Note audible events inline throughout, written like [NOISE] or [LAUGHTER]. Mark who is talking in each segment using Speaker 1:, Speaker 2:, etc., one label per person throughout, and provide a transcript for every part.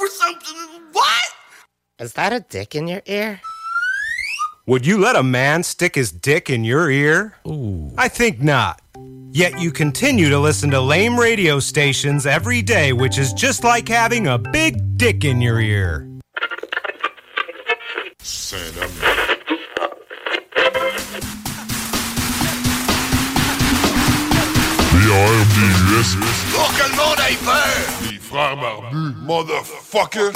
Speaker 1: or something. What?
Speaker 2: Is that a dick in your ear?
Speaker 3: Would you let a man stick his dick in your ear? I think not. Yet you continue to listen to lame radio stations every day, which is just like having a big dick in your ear.
Speaker 1: Pour que le monde ait peur!
Speaker 4: Les frères barbus, motherfucker,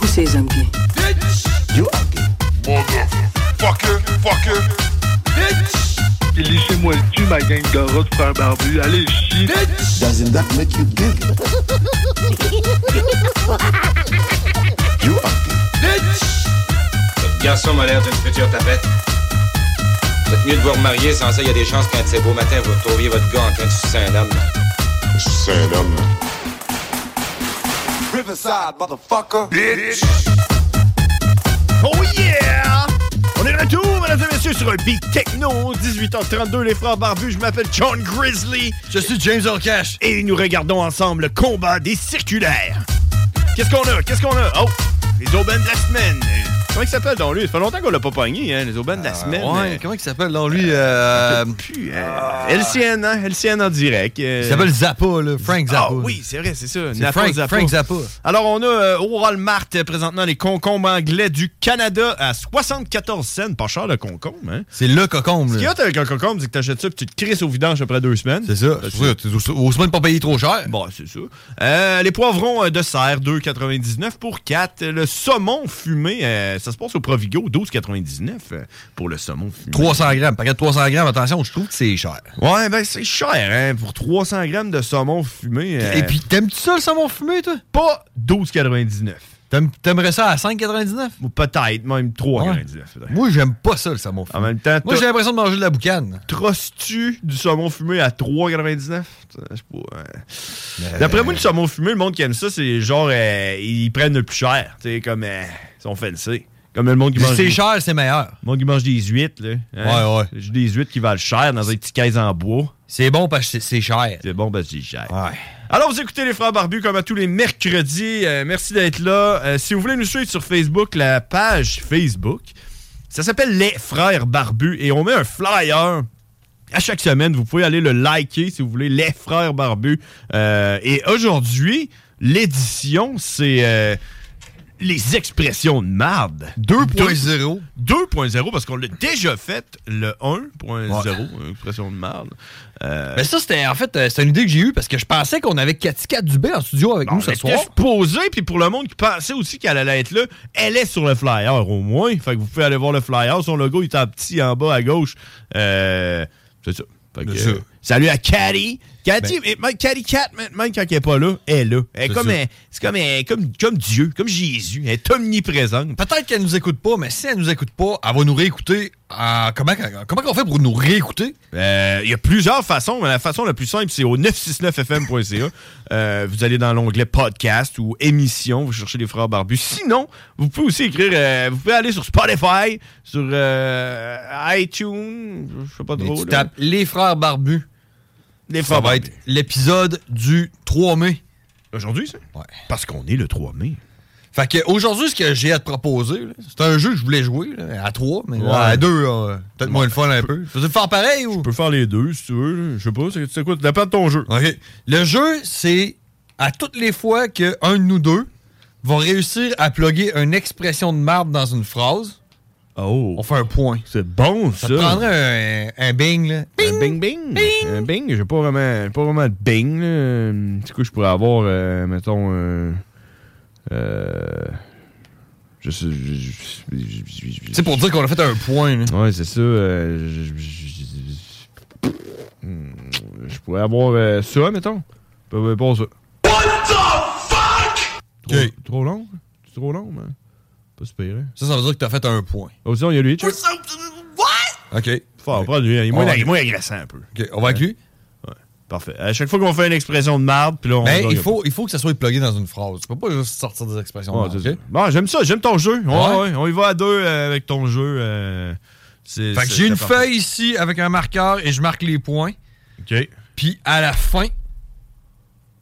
Speaker 5: Tous ces hommes gays.
Speaker 1: Bitch!
Speaker 4: motherfucker, fucker,
Speaker 1: Bitch!
Speaker 6: Laissez-moi le cul, ma gang de rats de frères barbus. Allez, chier.
Speaker 1: Bitch!
Speaker 7: Doesn't that make
Speaker 1: [LAUGHS]
Speaker 7: you giggle? you are gay.
Speaker 1: Bitch!
Speaker 8: Votre garçon m'a l'air d'une future tapette. Vous êtes mieux de vous remarier, sans ça, il y a des chances qu'un de ces beaux matins, vous retrouviez votre gars en train de sucer un homme.
Speaker 4: c'est un homme.
Speaker 7: Riverside, motherfucker.
Speaker 4: Bitch,
Speaker 9: Oh yeah! On est de retour, mesdames et messieurs, sur un beat techno, 18h32, les frères barbus, je m'appelle John Grizzly. Je suis James Orcash. Et nous regardons ensemble le combat des circulaires. Qu'est-ce qu'on a? Qu'est-ce qu'on a? Oh! Les aubaines de la semaine. Comment il s'appelle, donc, lui? Ça fait longtemps qu'on l'a pas pogné, hein, les aubaines de la semaine.
Speaker 6: Euh, Ouais, comment il s'appelle, dans lui euh,
Speaker 9: Puis, euh, LCN, hein? LCN en direct. euh.
Speaker 6: Il s'appelle Zappa, là. Frank Zappa.
Speaker 9: Ah oui, c'est vrai, c'est ça.
Speaker 6: C'est
Speaker 9: Napa
Speaker 6: Frank,
Speaker 9: Zappa.
Speaker 6: Frank Zappa.
Speaker 9: Alors, on a euh, au Walmart euh, présentement les concombres anglais du Canada à 74 cents. Pas cher le concombre, hein?
Speaker 6: C'est le cocombe,
Speaker 9: Ce qu'il y
Speaker 6: là.
Speaker 9: a avec un concombre, c'est que t'achètes ça puis tu te crisses au vidange après deux semaines.
Speaker 6: C'est ça. C'est ça, t'es au- Au semaines pas payer trop cher.
Speaker 9: Bon, c'est ça. Euh, les poivrons euh, de serre, 2,99 pour 4. Le saumon fumé, euh, ça se passe au Provigo, 12,99 euh, pour le saumon fumé.
Speaker 6: 300 grammes. Paquet de 300 grammes, attention, je trouve que c'est cher.
Speaker 9: Ouais, ben c'est cher, hein, pour 300 grammes de saumon fumé. euh,
Speaker 6: Et puis, t'aimes-tu ça, le saumon fumé, toi?
Speaker 9: pas 12,99.
Speaker 6: T'aimes- T'aimerais ça à 5,99?
Speaker 9: Ou Peut-être, même 3,99. peut-être.
Speaker 6: Moi, j'aime pas ça, le saumon fumé.
Speaker 9: En même temps,
Speaker 6: Moi,
Speaker 9: t'as-
Speaker 6: j'ai l'impression de manger de la boucane.
Speaker 9: Trosses-tu du saumon fumé à 3,99? Je sais pas, ouais.
Speaker 6: Euh,
Speaker 9: D'après moi, le saumon fumé, le monde qui aime ça, c'est genre, euh, ils prennent le plus cher. Tu sais, comme, euh, ils sont fancy. Comme le monde qui mange,
Speaker 6: C'est
Speaker 9: des,
Speaker 6: cher, c'est meilleur.
Speaker 9: le monde qui mange des huîtres, là. hein?
Speaker 6: Ouais, ouais.
Speaker 9: J'ai des huîtres qui valent cher dans un petit caisse en bois.
Speaker 6: C'est bon parce que c'est- c'est cher.
Speaker 9: C'est bon, ben, c'est cher.
Speaker 6: Ouais.
Speaker 9: Alors, vous écoutez les Frères Barbus comme à tous les mercredis. Euh, merci d'être là. Euh, si vous voulez nous suivre sur Facebook, la page Facebook, ça s'appelle Les Frères Barbus et on met un flyer. À chaque semaine, vous pouvez aller le liker si vous voulez, Les Frères Barbus. Euh, et aujourd'hui, l'édition, c'est euh, les expressions de marde.
Speaker 6: 2.0.
Speaker 9: 2.0 parce qu'on l'a déjà fait, le 1.0, expression de marde. Euh,
Speaker 6: Mais ça, c'était en fait, euh, c'est une idée que j'ai eue parce que je pensais qu'on avait Katika Dubé en studio avec
Speaker 9: Bon,
Speaker 6: nous ce
Speaker 9: elle
Speaker 6: soir.
Speaker 9: était supposée, puis pour le monde qui pensait aussi qu'elle allait être là, elle est sur le flyer au moins. Fait que vous pouvez aller voir le flyer. Son logo il est en petit en bas à gauche. Euh, c'est ça. Fait que,
Speaker 6: C'est ça. Ben-
Speaker 9: euh, salut à Cathy. Cathy, mais même Cathy Cat, même- même quand elle n'est pas là, elle est là. Elle est
Speaker 6: C'est
Speaker 9: comme,
Speaker 6: ça.
Speaker 9: elle- c'est comme, elle- comme, comme Dieu, comme Jésus. Elle est omniprésente.
Speaker 6: Peut-être qu'elle nous écoute pas, mais si elle nous écoute pas, elle va nous réécouter. euh, comment comment on fait pour nous réécouter?
Speaker 9: Euh, Il y a plusieurs façons, mais la façon la plus simple, c'est au 969fm.ca. Euh, vous allez dans l'onglet podcast ou émission, vous cherchez les frères barbus. Sinon, vous pouvez aussi écrire, euh, vous pouvez aller sur Spotify, sur euh, iTunes, je sais pas
Speaker 6: Et
Speaker 9: trop.
Speaker 6: tu
Speaker 9: là.
Speaker 6: tapes Les Frères Barbus.
Speaker 9: les
Speaker 6: Ça
Speaker 9: frères
Speaker 6: va
Speaker 9: barbus.
Speaker 6: être l'épisode du 3 mai.
Speaker 9: Aujourd'hui, ça?
Speaker 6: Ouais.
Speaker 9: Parce qu'on est le 3 mai.
Speaker 6: Fait que aujourd'hui, ce que j'ai à te proposer, là, c'est un jeu que je voulais jouer là, à 3, mais là,
Speaker 9: Ouais.
Speaker 6: à 2, euh, peut-être moins le fun un peu. Tu veux faire pareil ou?
Speaker 9: Tu peux faire les deux si tu veux. là. Je sais pas, c'est c'est quoi? Ça dépend de ton jeu.
Speaker 6: OK. Le jeu, c'est à toutes les fois qu'un de nous deux va réussir à plugger une expression de marbre dans une phrase,
Speaker 9: oh.
Speaker 6: on fait un point.
Speaker 9: C'est bon,
Speaker 6: Ça,
Speaker 9: ça.
Speaker 6: te prendrait un, un bing, là.
Speaker 9: Un bing, bing. Un bing. J'ai pas vraiment, pas vraiment de bing. là. Du coup, je pourrais avoir, euh, mettons, un. Euh, je sais.
Speaker 6: C'est pour dire qu'on a fait un point. là.
Speaker 9: Ouais, c'est ça. euh, je, je- je- hmm, je- je pourrais avoir euh, ça, mettons. Pas, pas- pas ça. What the fuck? Trop, trop long? C'est trop long, man. Pas super. Hein?
Speaker 6: Ça, ça veut dire que t'as fait un point.
Speaker 9: Oh, sinon, il y a lui, tu
Speaker 6: OK.
Speaker 9: Fort, prends lui. Il est moins,
Speaker 6: On va-
Speaker 9: il est moins agressant un peu.
Speaker 6: OK, on va avec lui?
Speaker 9: Parfait. À chaque fois qu'on fait une expression de marde, puis là, on.
Speaker 6: Ben,
Speaker 9: on-
Speaker 6: il faut, il faut que ça soit plugué dans une phrase. Tu peux pas juste sortir des expressions.
Speaker 9: Ouais,
Speaker 6: de
Speaker 9: Ah, c'est
Speaker 6: marbre,
Speaker 9: ça.
Speaker 6: OK?
Speaker 9: Bon, j'aime ça, j'aime ton jeu. Ouais,
Speaker 6: Ouais.
Speaker 9: ouais, on y va à deux euh, avec ton jeu. euh, c'est-
Speaker 6: Fait que
Speaker 9: c'est-
Speaker 6: j'ai une
Speaker 9: c'est parfait.
Speaker 6: feuille ici avec un marqueur et je marque les points.
Speaker 9: OK.
Speaker 6: Puis à la fin,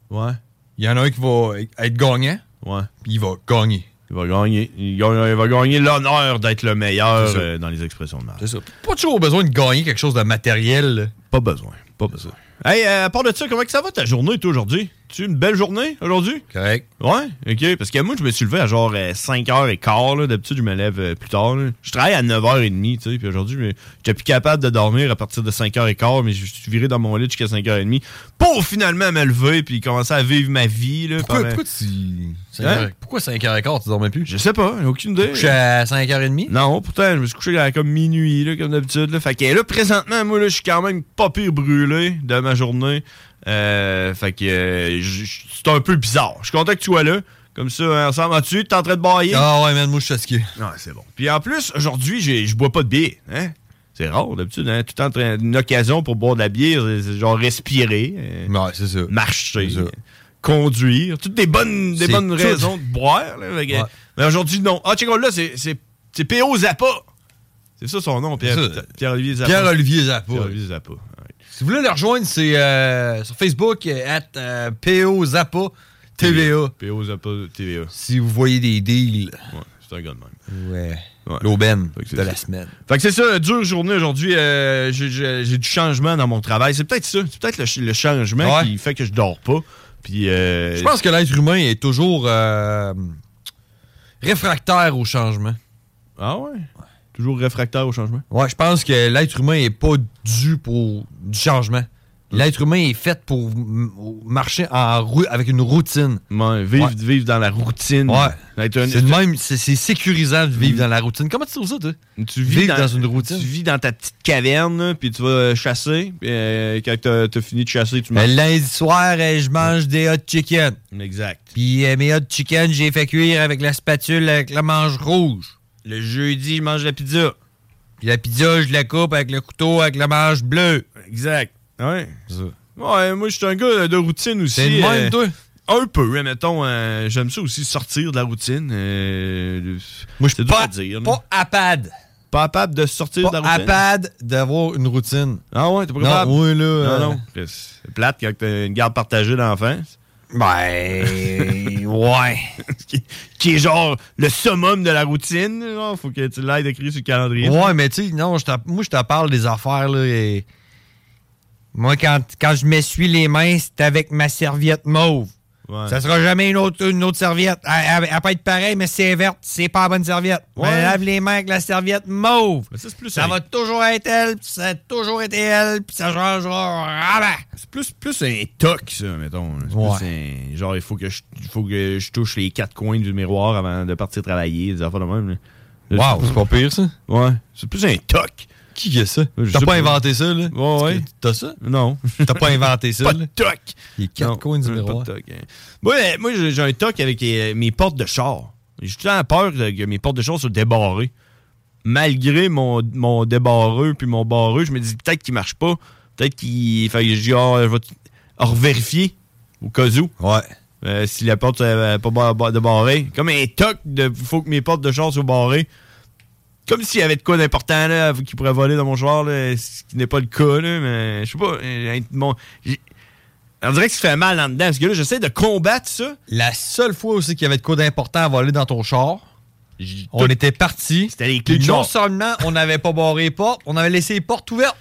Speaker 9: ouais,
Speaker 6: il y en a un qui va être gagnant.
Speaker 9: ouais.
Speaker 6: Puis il va gagner.
Speaker 9: Il va gagner. Il, gagne- il va gagner l'honneur d'être le meilleur
Speaker 6: C'est ça.
Speaker 9: euh, dans les expressions de marde.
Speaker 6: C'est ça. Pas toujours besoin de gagner quelque chose de matériel. là.
Speaker 9: Pas besoin. Pas besoin. Hey, euh, à part de ça, comment que ça va ta journée, toi, aujourd'hui? Tu une belle journée aujourd'hui?
Speaker 6: Correct.
Speaker 9: Ouais, ok. Parce que moi, je me suis levé à genre euh, 5h15. là. D'habitude, je me lève euh, plus tard. là. Je travaille à 9h30, tu sais. Puis aujourd'hui, je me- j'étais plus capable de dormir à partir de 5h15, mais je suis viré dans mon lit jusqu'à 5h30 pour finalement me lever puis commencer à vivre ma vie. Là,
Speaker 6: Pourquoi,
Speaker 9: pendant-
Speaker 6: pourquoi tu. cinq
Speaker 9: Hein?
Speaker 6: heures- Pourquoi 5h15 tu dormais plus?
Speaker 9: Je sais pas, aucune idée.
Speaker 6: Je suis à 5h30.
Speaker 9: Non, pourtant, je me suis couché à comme minuit, là, comme d'habitude. Là. Fait que là, présentement, moi, là, je suis quand même pas pire brûlé de ma journée. Euh, fait que euh, je- je- c'est un peu bizarre. Je suis content que tu sois là. Comme ça, hein, ensemble, Ah, tu t'es en train de bailler.
Speaker 6: Ah ouais, man, moi je suis fatigué.
Speaker 9: Non, c'est bon. Puis en plus, aujourd'hui, j'ai- je bois pas de bière. Hein? C'est rare, d'habitude. Hein? Tout en train une occasion pour boire de la bière, c'est- c'est genre respirer, euh,
Speaker 6: Ouais, c'est ça.
Speaker 9: marcher,
Speaker 6: C'est ça.
Speaker 9: euh, conduire. Toutes des bonnes, des
Speaker 6: C'est
Speaker 9: bonnes
Speaker 6: tout.
Speaker 9: raisons de boire. là. Fait que-
Speaker 6: Ouais.
Speaker 9: Mais aujourd'hui, non. Ah, check, on l'a, c'est- c'est c'est P.O. Zappa. C'est ça son nom, Pierre-
Speaker 6: C'est ça.
Speaker 9: Pierre-Olivier Zappa.
Speaker 6: Pierre-Olivier Zappa.
Speaker 9: Pierre-Olivier Zappa. Ouais.
Speaker 6: Si vous voulez le rejoindre, c'est euh, sur Facebook, euh, at euh, PO Zappa TVA.
Speaker 9: P.O. Zappa TVA.
Speaker 6: Si vous voyez des deals.
Speaker 9: Ouais, c'est un gars de même.
Speaker 6: Ouais.
Speaker 9: Ouais.
Speaker 6: L'aubaine
Speaker 9: Fait que c'est
Speaker 6: de la
Speaker 9: ça.
Speaker 6: semaine.
Speaker 9: Fait que c'est ça, dure journée aujourd'hui. euh, j'ai- j'ai j'ai du changement dans mon travail. C'est peut-être ça. C'est peut-être le, ch- le changement
Speaker 6: Ouais.
Speaker 9: qui fait que je dors pas. Puis. euh,
Speaker 6: Je pense que l'être humain est toujours euh, réfractaire au changement.
Speaker 9: Ah ouais? Toujours réfractaire au changement.
Speaker 6: Ouais, je pense que l'être humain est pas dû pour du changement.
Speaker 9: Hum.
Speaker 6: L'être humain est fait pour m- marcher en rue avec une routine.
Speaker 9: Ouais, vivre,
Speaker 6: Ouais.
Speaker 9: vivre dans la routine.
Speaker 6: Ouais.
Speaker 9: Être un- Mm.
Speaker 6: C'est de même, c'est c'est sécurisant de vivre dans la routine. Comment tu trouves ça, toi?
Speaker 9: tu vis
Speaker 6: vivre
Speaker 9: dans,
Speaker 6: dans une routine.
Speaker 9: Tu vis dans ta petite caverne, là, puis tu vas euh, chasser. Puis euh, quand t'as as fini de chasser, tu
Speaker 6: Ben,
Speaker 9: manges.
Speaker 6: lundi soir, euh, je mange des hot chicken.
Speaker 9: Exact.
Speaker 6: Puis euh, mes hot chicken, j'ai fait cuire avec la spatule avec la manche rouge.
Speaker 9: Le jeudi, je mange la pizza.
Speaker 6: Puis la pizza, je la coupe avec le couteau avec la manche bleue.
Speaker 9: Exact. Ouais. Ouais, moi, je suis un gars de routine aussi.
Speaker 6: C'est le
Speaker 9: euh,
Speaker 6: même, toi?
Speaker 9: Un peu, hein, mettons. euh, J'aime ça aussi sortir de la routine. euh, le-
Speaker 6: Moi, je
Speaker 9: c'est
Speaker 6: suis
Speaker 9: dur à
Speaker 6: pas,
Speaker 9: dire, là.
Speaker 6: pas à pad.
Speaker 9: Pas capable de sortir de
Speaker 6: Pas
Speaker 9: la
Speaker 6: à
Speaker 9: routine.
Speaker 6: pad d'avoir une routine.
Speaker 9: Ah ouais, t'es pas
Speaker 6: Non,
Speaker 9: capable?
Speaker 6: oui, là.
Speaker 9: non,
Speaker 6: euh,
Speaker 9: non. C'est plate quand t'as une garde partagée d'enfance. [LAUGHS]
Speaker 6: Ben, ouais.
Speaker 9: qui, qui est genre le summum de la routine. genre, faut que tu l'ailles écrit sur le calendrier.
Speaker 6: Ouais, mais tu sais, non, je te- moi, je te parle des affaires, là. et- Moi, quand, quand je m'essuie les mains, c'est avec ma serviette mauve.
Speaker 9: Ouais.
Speaker 6: Ça sera jamais une autre, une autre serviette. Elle, elle- elle peut être pareille, mais c'est verte. C'est pas la bonne serviette. On
Speaker 9: Ouais.
Speaker 6: lave les mains avec la serviette mauve.
Speaker 9: Mais ça, c'est plus
Speaker 6: Ça
Speaker 9: un-
Speaker 6: va toujours être elle, puis ça a toujours été elle, puis ça changera jamais.
Speaker 9: C'est plus, plus un toc, ça, mettons. C'est plus un- genre, il faut que, je, il faut que je touche les quatre coins du miroir avant de partir travailler, des affaires de même. là. Là,
Speaker 6: c'est pas pire, ça.
Speaker 9: tu- Ouais. C'est plus un toc.
Speaker 6: Qui qui a ça?
Speaker 9: Je
Speaker 6: T'as
Speaker 9: sais
Speaker 6: pas
Speaker 9: pas.
Speaker 6: inventé ça, là?
Speaker 9: Ouais, ouais.
Speaker 6: Parce que T'as ça?
Speaker 9: Non.
Speaker 6: T'as
Speaker 9: [LAUGHS]
Speaker 6: pas inventé ça,
Speaker 9: pas
Speaker 6: là?
Speaker 9: de toc.
Speaker 6: Les quatre
Speaker 9: Non,
Speaker 6: coins du
Speaker 9: pas de
Speaker 6: miroir.
Speaker 9: toc, hein. Moi, euh, moi, j'ai j'ai un toc avec euh, mes portes de char. J'ai tout le temps peur de- que mes portes de char soient débarrées. Malgré mon, mon débarreux puis mon barreux, je me dis peut-être qu'il marche pas. Peut-être qu'il. Fait que je dis, ah, je vais t- revérifier au cas où.
Speaker 6: Ouais.
Speaker 9: euh, si la porte n'est pas bar- bar- débarrée. Comme un toc de faut que mes portes de char soient barrées. Comme s'il y avait de quoi d'important là, qui pourrait voler dans mon char, là, ce qui n'est pas le cas, là, mais je sais pas. euh, mon- j'ai- on dirait que ça fait mal en dedans. Parce que là, j'essaie de combattre ça.
Speaker 6: La seule fois aussi qu'il y avait de quoi d'important à voler dans ton char,
Speaker 9: J'ai-
Speaker 6: on
Speaker 9: tout-
Speaker 6: était parti.
Speaker 9: C'était les clés de
Speaker 6: Non
Speaker 9: char.
Speaker 6: seulement on n'avait pas barré les portes, on avait laissé les portes ouvertes.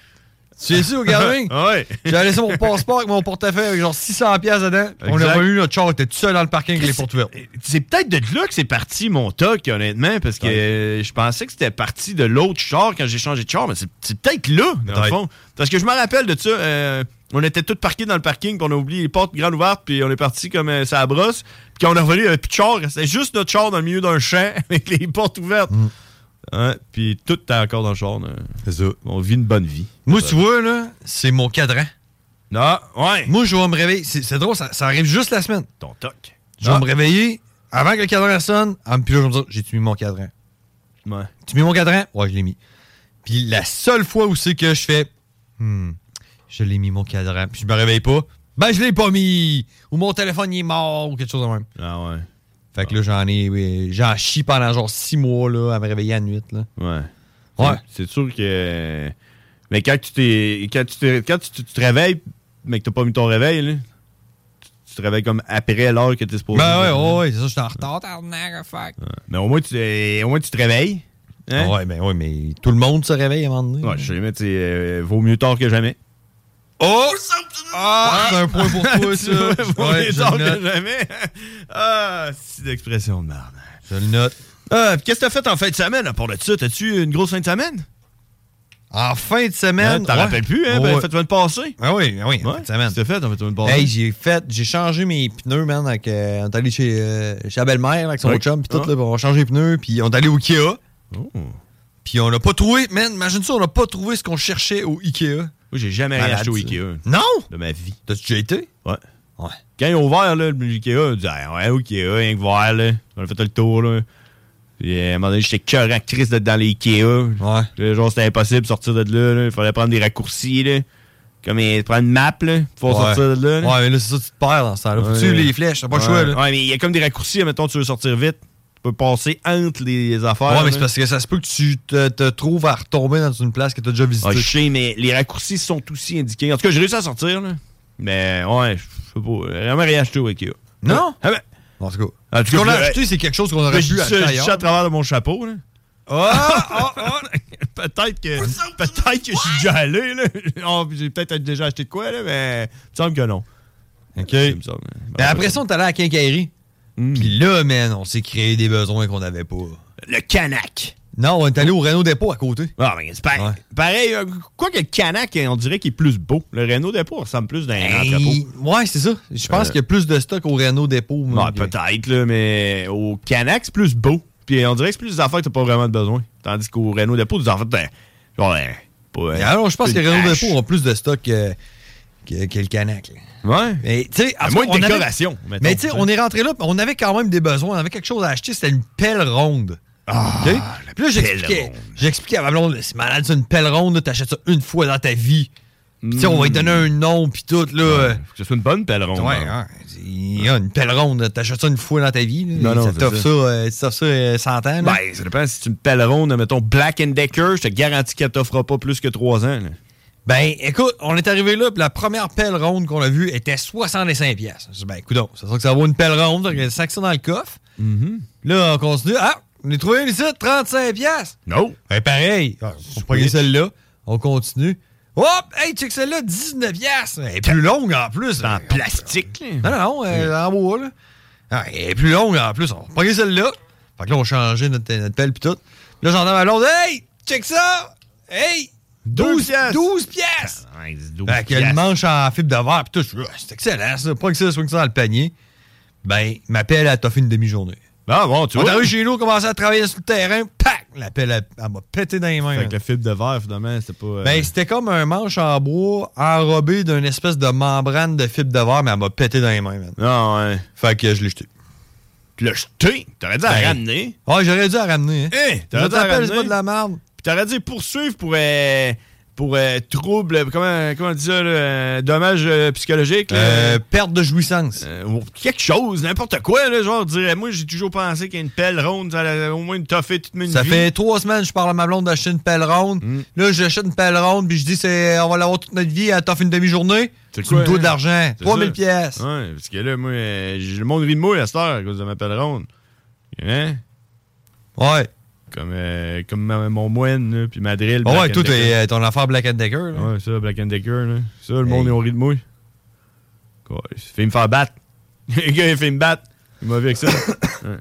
Speaker 6: Tu es sûr,
Speaker 9: [LAUGHS]
Speaker 6: regardez.
Speaker 9: ouais.
Speaker 6: J'ai laissé mon passeport avec mon portefeuille avec genre 600 pièces dedans. On
Speaker 9: Exact.
Speaker 6: l'a revu, notre char était tout seul dans le parking avec les portes ouvertes.
Speaker 9: C'est peut-être de là que c'est parti mon toc, honnêtement, parce que euh, je pensais que c'était parti de l'autre char quand j'ai changé de char, mais c'est c'est peut-être là, dans le
Speaker 6: Ouais.
Speaker 9: fond. Parce que je me rappelle de ça, euh, on était tous parqués dans le parking, puis on a oublié les portes grandes ouvertes, puis on est parti comme euh, ça à brosse. Puis quand on est revenu, il n'y avait plus de char, c'était juste notre char dans le milieu d'un champ [LAUGHS] avec les portes ouvertes.
Speaker 6: Mm.
Speaker 9: Ouais, puis tout était encore dans le char. C'est ça. On vit une bonne vie.
Speaker 6: Moi, tu vois, là, c'est mon cadran.
Speaker 9: Non, ouais.
Speaker 6: Moi, je vais me réveiller. C'est c'est drôle, ça, ça arrive juste la semaine.
Speaker 9: Ton toc.
Speaker 6: Je vais me réveiller avant que le cadran sonne. Ah, puis là, je vais me dire, j'ai-tu mis mon cadran?
Speaker 9: Ouais.
Speaker 6: Tu mets mon cadran? Ouais, je l'ai mis. Puis la seule fois où c'est que je fais, hmm, je l'ai mis mon cadran, puis je me réveille pas, ben je l'ai pas mis! Ou mon téléphone il est mort, ou quelque chose de même.
Speaker 9: Ah ouais.
Speaker 6: Fait que là, j'en ai, oui, j'en chie pendant genre six mois, là, à me réveiller à la nuit, là.
Speaker 9: Ouais.
Speaker 6: Ouais.
Speaker 9: C'est sûr que. Mais quand tu t'es. Quand tu te, quand tu, tu- tu te réveilles, mais que t'as pas mis ton réveil, là, tu, tu te réveilles comme après l'heure que t'es supposé.
Speaker 6: Ben ouais,
Speaker 9: dormir.
Speaker 6: ouais, ouais, c'est ça, j'étais en retard, tabarnak, fuck.
Speaker 9: Mais au moins, tu, euh, au moins, tu te réveilles. hein?
Speaker 6: Ouais, ben ouais, mais tout le monde se réveille à un moment donné.
Speaker 9: Ouais, je sais, mais tu sais, euh, vaut mieux tard que jamais. Oh!
Speaker 6: Ah, c'est un point pour toi,
Speaker 9: [LAUGHS] Tu vois,
Speaker 6: ça.
Speaker 9: vaut
Speaker 6: Ouais,
Speaker 9: mieux
Speaker 6: je
Speaker 9: tard
Speaker 6: le note.
Speaker 9: que jamais. [LAUGHS] ah, c'est d'expression de merde.
Speaker 6: Je le note.
Speaker 9: Ah, puis qu'est-ce que t'as fait en fin de semaine, à part de ça? T'as-tu une grosse fin de semaine?
Speaker 6: En fin de semaine.
Speaker 9: Hein, t'en
Speaker 6: ouais.
Speaker 9: rappelles plus, hein?
Speaker 6: Ouais.
Speaker 9: Ben, faites-moi une passée.
Speaker 6: Ah oui, ah oui, en
Speaker 9: Ouais,
Speaker 6: fin de semaine.
Speaker 9: T'as fait, en fait, une passée.
Speaker 6: Hey, j'ai fait, j'ai changé mes pneus, man. Avec, euh, on est allé chez, euh, chez la belle-mère avec son
Speaker 9: Ouais.
Speaker 6: autre chum, puis tout,
Speaker 9: Ah.
Speaker 6: là, puis on a changé les pneus, puis on est allé au Ikea.
Speaker 9: Oh.
Speaker 6: Puis on n'a pas trouvé, man, imagine ça, on n'a pas trouvé ce qu'on cherchait au Ikea.
Speaker 9: Moi, j'ai jamais rien
Speaker 6: Malade,
Speaker 9: acheté au
Speaker 6: ça.
Speaker 9: Ikea
Speaker 6: Non!
Speaker 9: de ma vie.
Speaker 6: T'as-tu déjà été?
Speaker 9: Ouais.
Speaker 6: Ouais.
Speaker 9: Quand ils ont ouvert, là, le Ikea, on dit, Ah, ouais, OK, rien que voir, là. On a fait le tour, là. Puis, à un moment donné, j'étais cœur actrice d'être dans les Ikea.
Speaker 6: Ouais.
Speaker 9: Là, genre, c'était impossible de sortir de là, là. Il fallait prendre des raccourcis, là. Comme, euh, prendre une map, là, pour
Speaker 6: Ouais.
Speaker 9: sortir de là. là.
Speaker 6: Ouais, mais là, c'est ça, tu te perds dans ce temps-là. Faut
Speaker 9: Ouais.
Speaker 6: que tu suives les flèches, t'as pas le
Speaker 9: Ouais.
Speaker 6: choix, là.
Speaker 9: Ouais, mais il y a comme des raccourcis, mettons, tu veux sortir vite. Tu peux passer entre les affaires.
Speaker 6: Ouais, mais
Speaker 9: là.
Speaker 6: c'est parce que ça se peut que tu te, te trouves à retomber dans une place que t'as déjà visitée.
Speaker 9: Ah, je sais, mais les raccourcis sont aussi indiqués. En tout cas, j'ai réussi à sortir, là. Mais ouais, je sais pas. J'ai Vraiment rien acheté au Ikea.
Speaker 6: Non?
Speaker 9: Ah ben,
Speaker 6: En tout cas.
Speaker 9: En tout
Speaker 6: Ce
Speaker 9: cas,
Speaker 6: qu'on a
Speaker 9: je-
Speaker 6: acheté, c'est quelque chose qu'on aurait
Speaker 9: je dis
Speaker 6: pu
Speaker 9: ça-
Speaker 6: acheter
Speaker 9: je dis ça à
Speaker 6: ailleurs.
Speaker 9: travers de mon chapeau, là.
Speaker 6: Ah! ah, ah.
Speaker 9: [LAUGHS] Peut-être que. Peut-être que je suis déjà allé, là. Oh, j'ai peut-être déjà acheté de quoi, là, mais. Il me semble que non.
Speaker 6: OK.
Speaker 9: Il me semble.
Speaker 6: Mais Ben, après ça, on est allé à la quincaillerie.
Speaker 9: Hmm.
Speaker 6: Puis là, man, on s'est créé des besoins qu'on n'avait pas.
Speaker 9: Le Canac.
Speaker 6: Non, on est allé au Renault Dépôt à côté.
Speaker 9: Ah, mais c'est pareil. Pareil, euh, quoi que le Canac, on dirait qu'il est plus beau. Le Renault Dépôt ressemble plus d'un
Speaker 6: Hey,
Speaker 9: entrepôt.
Speaker 6: ouais, c'est ça. Je pense
Speaker 9: Euh.
Speaker 6: qu'il y a plus de stock au Renault Dépôt. moi,
Speaker 9: Ouais,
Speaker 6: que-
Speaker 9: peut-être, là, mais au Canac, c'est plus beau. Puis on dirait que c'est plus des affaires que t'as pas vraiment de besoin. Tandis qu'au Renault Dépôt, des affaires, t'as. Genre, euh, pas.
Speaker 6: Mais alors, Ah je pense que les
Speaker 9: les
Speaker 6: Renault Dépôt ont plus de stock que, que- que le Canac. là.
Speaker 9: Ouais.
Speaker 6: Mais tu sais, en tout
Speaker 9: moins
Speaker 6: cas,
Speaker 9: de
Speaker 6: on avait-
Speaker 9: décoration, mettons,
Speaker 6: Mais tu sais,
Speaker 9: tu sais.
Speaker 6: on est rentré là, puis on avait quand même des besoins, on avait quelque chose à acheter, c'était une pelle ronde.
Speaker 9: Ah,
Speaker 6: OK? Puis là,
Speaker 9: pelle
Speaker 6: j'expliquais,
Speaker 9: ronde.
Speaker 6: j'expliquais à ma blonde, c'est malade, c'est une pelle ronde, là, t'achètes ça une fois dans ta vie. Puis tu sais, on va lui donner un nom, puis tout, là. euh,
Speaker 9: Faut que ce soit une bonne pelle ronde.
Speaker 6: Ouais,
Speaker 9: hein.
Speaker 6: hein, c'est- il y a une pelle ronde, t'achètes ça une fois dans ta vie.
Speaker 9: Non,
Speaker 6: Là,
Speaker 9: non,
Speaker 6: ça
Speaker 9: c'est
Speaker 6: t'offre
Speaker 9: ça.
Speaker 6: ça, euh, ça t'offre ça, euh, 100 ans. là.
Speaker 9: Ben, ça dépend si tu me pelles ronde, mettons Black and Decker, je te garantis qu'elle t'offrira pas plus que 3 ans. là.
Speaker 6: Ben, écoute, on est arrivé là, puis la première pelle ronde qu'on a vue était 65 pièces. Ben, coudonc, c'est sûr que ça vaut une pelle ronde, donc ça que ça dans le coffre.
Speaker 9: Mm-hmm.
Speaker 6: Là, on continue. Ah, on est trouvé une ici, 35 pièces.
Speaker 9: Non.
Speaker 6: Ben, pareil, on prend celle-là, on continue. Hop, hey, check celle-là, 19 pièces. Elle est plus longue en plus. En
Speaker 9: plastique.
Speaker 6: Non, non, non, euh, en bois, là. Ah, elle est plus longue en plus. On prend celle-là. Fait que là, on changeait notre, notre pelle, puis tout. Là, j'entends ma blonde, hey, check ça. Hey, 12
Speaker 9: pièces.
Speaker 6: 12 pièces.
Speaker 9: Ah, Ouais, c'est 12
Speaker 6: Fait qu'elle
Speaker 9: piastres.
Speaker 6: manche en fibre de verre, puis tout. Je suis, Ah, C'est excellent, ça. Pas que ça soit que ça dans le panier. Ben, ma pelle, elle t'a fait une demi-journée.
Speaker 9: Ah bon, tu
Speaker 6: On est
Speaker 9: vois.
Speaker 6: arrivé chez nous, commencé à travailler sur le terrain, pac! La pelle, elle, elle m'a pété dans les mains.
Speaker 9: Fait
Speaker 6: hein.
Speaker 9: que la fibre de verre, finalement, c'était pas. euh,
Speaker 6: Ben, c'était comme un manche en bois enrobé d'une espèce de membrane de fibre de verre, mais elle m'a pété dans les mains, man.
Speaker 9: Non, Ah, ouais.
Speaker 6: Fait que je l'ai jeté.
Speaker 9: Tu l'as jeté. T'aurais dû la
Speaker 6: Ben,
Speaker 9: ramener.
Speaker 6: Ouais, j'aurais dû la ramener. Hein.
Speaker 9: Hein,
Speaker 6: je
Speaker 9: t'aurais dû la
Speaker 6: t'appelle, c'est
Speaker 9: ramener.
Speaker 6: pas de la merde.
Speaker 9: Puis t'aurais dû poursuivre pour. euh, pour euh, trouble. Comment, comment on dit ça, là, euh, Dommage euh, psychologique. là.
Speaker 6: Euh, perte de jouissance.
Speaker 9: Euh, ou quelque chose, n'importe quoi, là, genre, dirais, moi, j'ai toujours pensé qu'il y a une pelle ronde, ça allait au moins une toffée toute ma vie. Mm.
Speaker 6: Ça fait trois semaines que je parle à ma blonde d'acheter une pelle ronde. Là, j'achète une pelle ronde, puis je dis, c'est, on va l'avoir toute notre vie, elle t'offre une demi-journée.
Speaker 9: C'est
Speaker 6: Tu
Speaker 9: quoi,
Speaker 6: me dois
Speaker 9: hein?
Speaker 6: de l'argent.
Speaker 9: C'est
Speaker 6: 3000
Speaker 9: ça.
Speaker 6: pièces.
Speaker 9: Ouais, parce que là, moi, euh, j'ai le monde rit de moi à cette heure à cause de ma pelle ronde. Hein?
Speaker 6: Ouais.
Speaker 9: Comme, euh, comme ma- mon moine, là, puis ma drill.
Speaker 6: Ah Ouais,
Speaker 9: Black and
Speaker 6: tout
Speaker 9: Decker.
Speaker 6: est ton affaire Black and Decker. là.
Speaker 9: Ouais, ça, Black and Decker. Là. Ça, le monde, ils ont ri de moi. Quoi, Il fait me faire battre. [LAUGHS] Le gars, il fait me battre. Il m'a vu
Speaker 6: [COUGHS]
Speaker 9: avec ça. Ouais, ouais.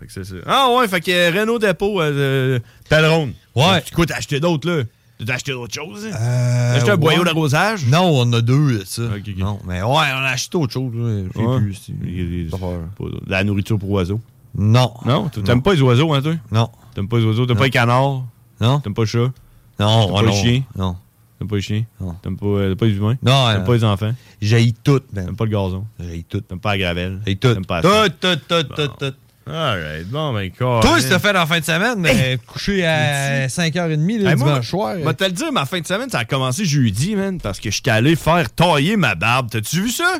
Speaker 9: Fait que c'est ça. Ah ouais, fait que euh, Renault Dépôt, euh, euh, Talron. Ouais. Tu quoi, t'as acheté d'autres, là? T'as acheté d'autres choses? hein?
Speaker 6: Euh,
Speaker 9: T'as acheté un boyau d'arrosage.
Speaker 6: Non, on a deux de ça. Non, mais ouais, on a acheté autre chose. là. Je sais
Speaker 9: Ouais.
Speaker 6: plus, c'est-
Speaker 9: De La nourriture pour oiseaux.
Speaker 6: Non.
Speaker 9: Non? Tu- T'aimes pas les oiseaux, hein, toi?
Speaker 6: Non.
Speaker 9: T'aimes pas les oiseaux? T'aimes
Speaker 6: Non.
Speaker 9: pas les canards?
Speaker 6: Non.
Speaker 9: T'aimes pas les chats? Non.
Speaker 6: Non,
Speaker 9: T'aimes pas
Speaker 6: non.
Speaker 9: les chiens?
Speaker 6: Non.
Speaker 9: T'aimes pas les chiens? Non. T'aimes pas, euh, t'aimes pas les humains?
Speaker 6: Non,
Speaker 9: T'aimes
Speaker 6: euh,
Speaker 9: pas les enfants?
Speaker 6: J'haïs tout, man.
Speaker 9: T'aimes pas le gazon?
Speaker 6: J'haïs tout.
Speaker 9: T'aimes pas la gravelle?
Speaker 6: J'haïs tout.
Speaker 9: T'aimes pas la
Speaker 6: Tout, tout, tout, tout, tout.
Speaker 9: Alright, bon, ben,
Speaker 6: Toi, c'était fait en fin de semaine, mais euh, couché à 5h30 le
Speaker 9: Hey, moi,
Speaker 6: dimanche soir.
Speaker 9: moi, te le dire, ma fin de semaine, ça a commencé jeudi, man, parce que j'étais allé faire tailler ma barbe. T'as-tu vu ça?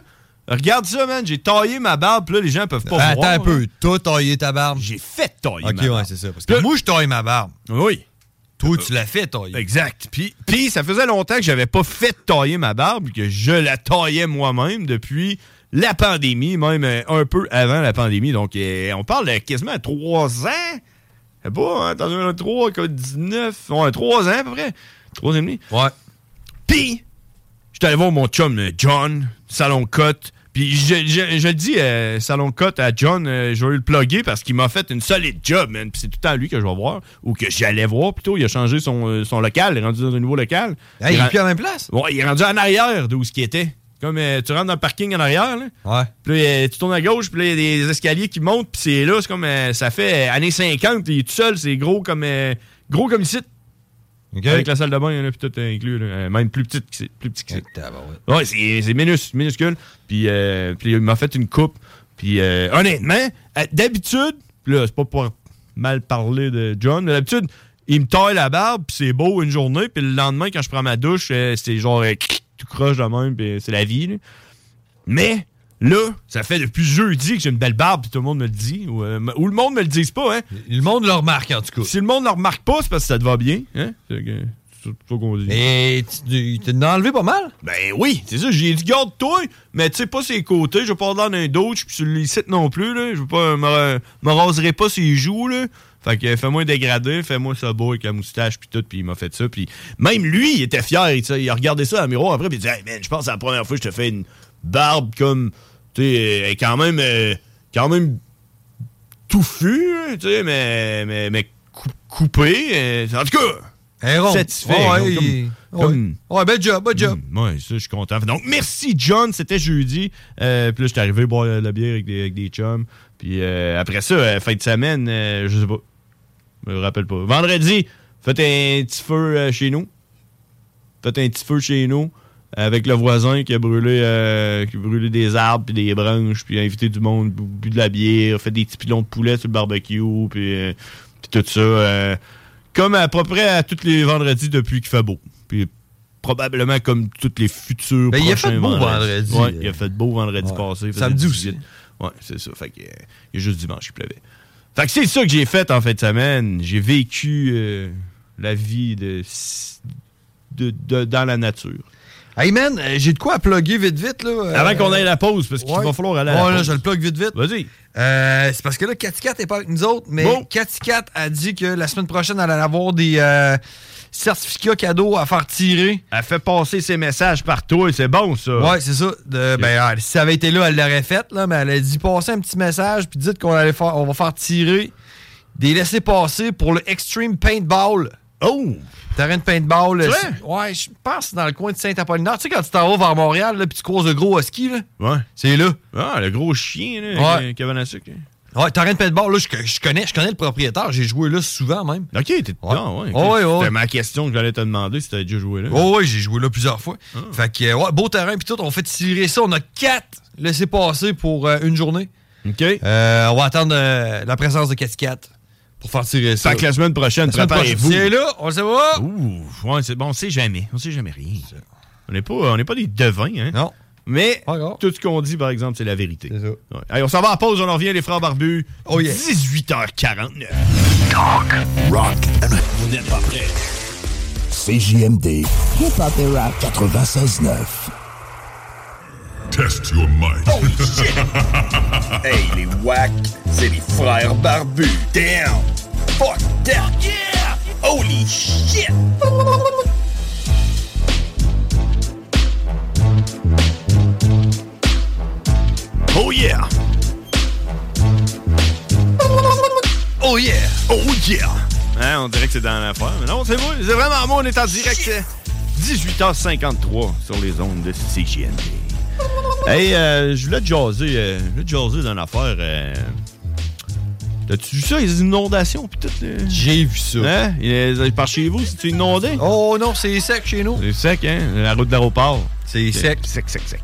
Speaker 9: Regarde ça, man. J'ai taillé ma barbe, puis là, les gens peuvent pas
Speaker 6: Attends
Speaker 9: voir.
Speaker 6: un peu. T'as taillé ta barbe?
Speaker 9: J'ai fait tailler
Speaker 6: Ok,
Speaker 9: ma barbe.
Speaker 6: ouais, c'est ça. Parce que moi, je taille ma barbe.
Speaker 9: Oui. Euh,
Speaker 6: Toi, tu l'as fait tailler.
Speaker 9: Exact. Puis, puis ça faisait longtemps que j'avais pas fait tailler ma barbe, que je la taillais moi-même depuis la pandémie, même euh, un peu avant la pandémie. Donc, euh, on parle de quasiment trois ans. C'est pas, hein, dans un 3, 19, ouais, 3 ans à peu près. 3 et demi.
Speaker 6: Ouais.
Speaker 9: Puis, j'étais allé voir mon chum euh, John, Salon Cote. Puis je, je, je le dis, euh, Salon Cote à John, euh, je vais le plugger parce qu'il m'a fait une solide job, man. Puis c'est tout le temps lui que je vais voir, ou que j'allais voir plutôt. Il a changé son, euh, son local, il est rendu dans un nouveau local.
Speaker 6: Hey, Ah, il est
Speaker 9: ren-
Speaker 6: plus à la même place?
Speaker 9: Ouais, il est rendu en arrière d'où ce qu'il était. Comme euh, tu rentres dans le parking en arrière, là.
Speaker 6: Ouais.
Speaker 9: Puis là, euh, tu tournes à gauche, puis là, il y a des escaliers qui montent, puis c'est là, c'est comme, euh, ça fait euh, années 50, puis il est tout seul, c'est gros comme, euh, gros comme ici. Avec la salle de bain, là, puis tout est inclus, là. Euh, même plus petite qu'ici- plus petit que c'est. Ouais, c'est c'est minus- minuscule. Puis, euh, puis il m'a fait une coupe. Puis euh, honnêtement, euh, d'habitude, puis là, c'est pas pour mal parler de John, mais d'habitude, il me taille la barbe, puis c'est beau une journée, puis le lendemain, quand je prends ma douche, euh, c'est genre euh, tout croche de même, puis c'est la vie. là. Mais là, ça fait depuis jeudi que j'ai une belle barbe, puis tout le monde me le dit. Ou, euh, m- ou le monde me le dise pas, hein.
Speaker 6: Le monde le remarque, en tout cas.
Speaker 9: Si le monde ne le remarque pas, c'est parce que ça te va bien, hein. Fait que, C'est ça qu'on dit.
Speaker 6: Et tu tu t'en as enlevé pas mal?
Speaker 9: Ben oui, c'est ça, j'ai dit garde-toi, mais tu sais pas ses côtés, je vais pas dans d'un d'autre, puis sur le site non plus, là, je veux pas, me, me raserai pas ses joues, là. Fait que fais-moi dégrader, fais-moi ça beau avec la moustache, puis tout, puis il m'a fait ça, puis même lui, il était fier, il, il a regardé ça dans le miroir après, puis il dit, hey man, je pense que c'est la première fois que je te fais une barbe comme, tu sais, elle est quand même, euh, quand même touffue, là, tu sais, mais, mais, mais cou- coupée, euh, en tout cas, satisfait.
Speaker 6: Ouais,
Speaker 9: donc, comme-
Speaker 6: il-
Speaker 9: comme-
Speaker 6: ouais. Ouais, bel job, bel job.
Speaker 9: Mm, ouais, ça, je suis content. Donc, merci, John. C'était jeudi. Euh, puis là, j'étais arrivé boire euh, la bière avec des, avec des chums. Puis euh, après ça, euh, fin de semaine, euh, je sais pas. Je me rappelle pas. Vendredi, faites un petit feu euh, chez nous. Faites un petit feu chez nous avec le voisin qui a brûlé, euh, qui a brûlé des arbres puis des branches, puis a invité du monde, bu, bu de la bière, fait des petits pilons de poulet sur le barbecue, puis, euh, puis tout ça. euh, comme à peu près à tous les vendredis depuis qu'il fait beau. Puis probablement comme tous les futurs
Speaker 6: Ben, il a
Speaker 9: prochains
Speaker 6: fait beau
Speaker 9: vendredis.
Speaker 6: vendredi. euh,
Speaker 9: Ouais, il a fait beau vendredi
Speaker 6: Ouais.
Speaker 9: passé. il faisait
Speaker 6: Samedi aussi.
Speaker 9: 18. Ouais, c'est ça. Fait que, euh, il y a juste dimanche qui pleuvait. Fait que c'est ça que j'ai fait en fin de semaine. J'ai vécu euh, la vie de, de- de- dans la nature.
Speaker 6: Hey man, euh, j'ai de quoi à plugger vite vite là. euh,
Speaker 9: Avant qu'on aille à la pause, parce qu'il
Speaker 6: ouais.
Speaker 9: va falloir aller à la
Speaker 6: Ouais, là,
Speaker 9: pause.
Speaker 6: je le plug vite vite.
Speaker 9: Vas-y.
Speaker 6: Euh, c'est parce que là, Cathy Cat n'est pas avec nous autres, mais
Speaker 9: Bon.
Speaker 6: Cathy Cat a dit que la semaine prochaine, elle allait avoir des euh, certificats cadeaux à faire tirer.
Speaker 9: Elle fait passer ses messages par toi, c'est bon ça.
Speaker 6: Ouais, c'est ça. De- ben, elle- si elle avait été là, elle l'aurait faite, là, mais elle a dit passer un petit message, puis dites qu'on allait faire, on va faire tirer des laissés-passer pour le Extreme Paintball.
Speaker 9: Oh!
Speaker 6: Terrain de paintball.
Speaker 9: C'est
Speaker 6: euh,
Speaker 9: vrai?
Speaker 6: c'est- Ouais, je pense que c'est dans le coin de Saint-Apollinaire. Tu sais, quand tu t'en vas vers Montréal, là, puis tu croises le gros husky, là.
Speaker 9: Ouais.
Speaker 6: C'est là.
Speaker 9: Ah, le gros chien, là,
Speaker 6: Ouais.
Speaker 9: avec, euh, cabane à sucre.
Speaker 6: Ouais, terrain de paintball, là, je, je connais, je connais le propriétaire. J'ai joué là souvent même.
Speaker 9: Ok, t'es dedans, Ah, ouais.
Speaker 6: Ouais, ouais, ouais.
Speaker 9: C'était ma question que j'allais te demander si t'avais déjà joué là.
Speaker 6: Oh, ouais, j'ai joué là plusieurs fois.
Speaker 9: Ah.
Speaker 6: Fait que, euh, ouais, beau terrain, puis tout, on fait tirer ça. On a quatre laissés passer pour euh, une journée.
Speaker 9: OK.
Speaker 6: Euh, on va attendre euh, la présence de Cascade pour faire tirer ça.
Speaker 9: Fait que la semaine prochaine,
Speaker 6: La semaine
Speaker 9: préparez-vous.
Speaker 6: prochaine, c'est là, on le sait pas.
Speaker 9: Ouh, ouais, c'est bon, on sait jamais. On sait jamais rien. On n'est pas, on n'est pas des devins, hein.
Speaker 6: Non.
Speaker 9: Mais tout ce qu'on dit, par exemple, c'est la vérité. C'est ça. Allez, on s'en va à pause, on en revient, les frères barbus.
Speaker 6: Oh yeah.
Speaker 9: 18h49.
Speaker 3: Talk, rock,
Speaker 9: Vous n'êtes pas prêts.
Speaker 5: CJMD
Speaker 3: hip hop et rock.
Speaker 5: 96.9.
Speaker 4: Test your mind.
Speaker 3: Oh
Speaker 4: [LAUGHS]
Speaker 3: shit! hey les wack, c'est les frères barbus. Damn! Fuck!
Speaker 10: death. Yeah! Holy shit!
Speaker 7: Oh yeah.
Speaker 9: Oh yeah!
Speaker 7: Oh yeah!
Speaker 9: Hein, on dirait que c'est dans l'affaire, mais non, c'est moi. C'est vraiment moi, on est en direct. euh, 18h53 sur les ondes de CGND. Hey, euh, je voulais te jaser, euh, je voulais te jaser dans l'affaire. euh, T'as-tu vu ça, les inondations pis tout? J'ai vu ça. Hein? Il est- Par chez vous, c'est inondé? Oh non, c'est sec chez nous. C'est sec, hein? La route de l'aéroport. C'est sec. Sec, sec, sec.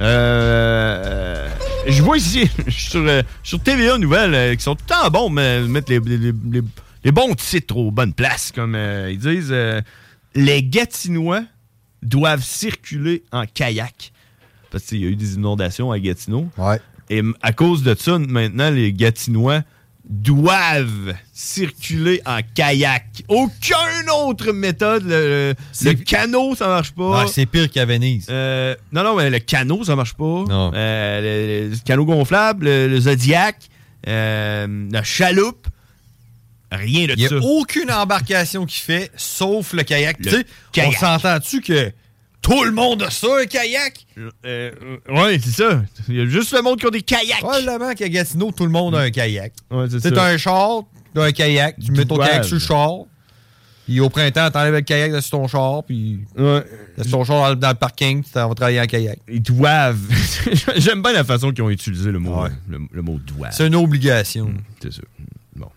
Speaker 9: Euh, je vois ici, [LAUGHS] je suis sur, euh, sur TVA Nouvelles, euh, qui sont tout le temps bons, mais mettre les, les- les- les- les bons titres aux bonnes places, comme euh, ils disent. euh, les Gatinois doivent circuler en kayak. Parce qu'il y a eu des inondations à Gatineau. Et m- à cause de ça, maintenant, les Gatinois doivent circuler en kayak. Aucune autre méthode. Le, le- le canot, ça marche pas.
Speaker 6: Ouais, c'est pire qu'à Venise.
Speaker 9: Euh, non, non, mais le canot, ça marche pas. Euh, le, le canot gonflable, le, le Zodiac, euh, la chaloupe. Rien de
Speaker 6: Il n'y a
Speaker 9: ça.
Speaker 6: aucune embarcation qui fait, sauf le kayak.
Speaker 9: Le
Speaker 6: Tu sais, on
Speaker 9: kayak.
Speaker 6: s'entend-tu que tout le monde a ça, un kayak?
Speaker 9: euh, ouais, c'est ça. Il y a juste le monde qui a des kayaks.
Speaker 6: Probablement qu'à Gatineau, tout le monde a un kayak. c'est
Speaker 9: ça.
Speaker 6: un char, t'as un kayak, tu mets ton
Speaker 9: Douane.
Speaker 6: kayak sur le char. Puis au printemps, t'enlèves le kayak de sur ton char, puis laisse ton char dans le- dans le parking, puis t'en vas travailler en kayak.
Speaker 9: Ils doivent. [LAUGHS] J'aime bien la façon qu'ils ont utilisé le mot, euh, le, le mot doivent.
Speaker 6: C'est une obligation.
Speaker 9: Hum, c'est sûr. Bon.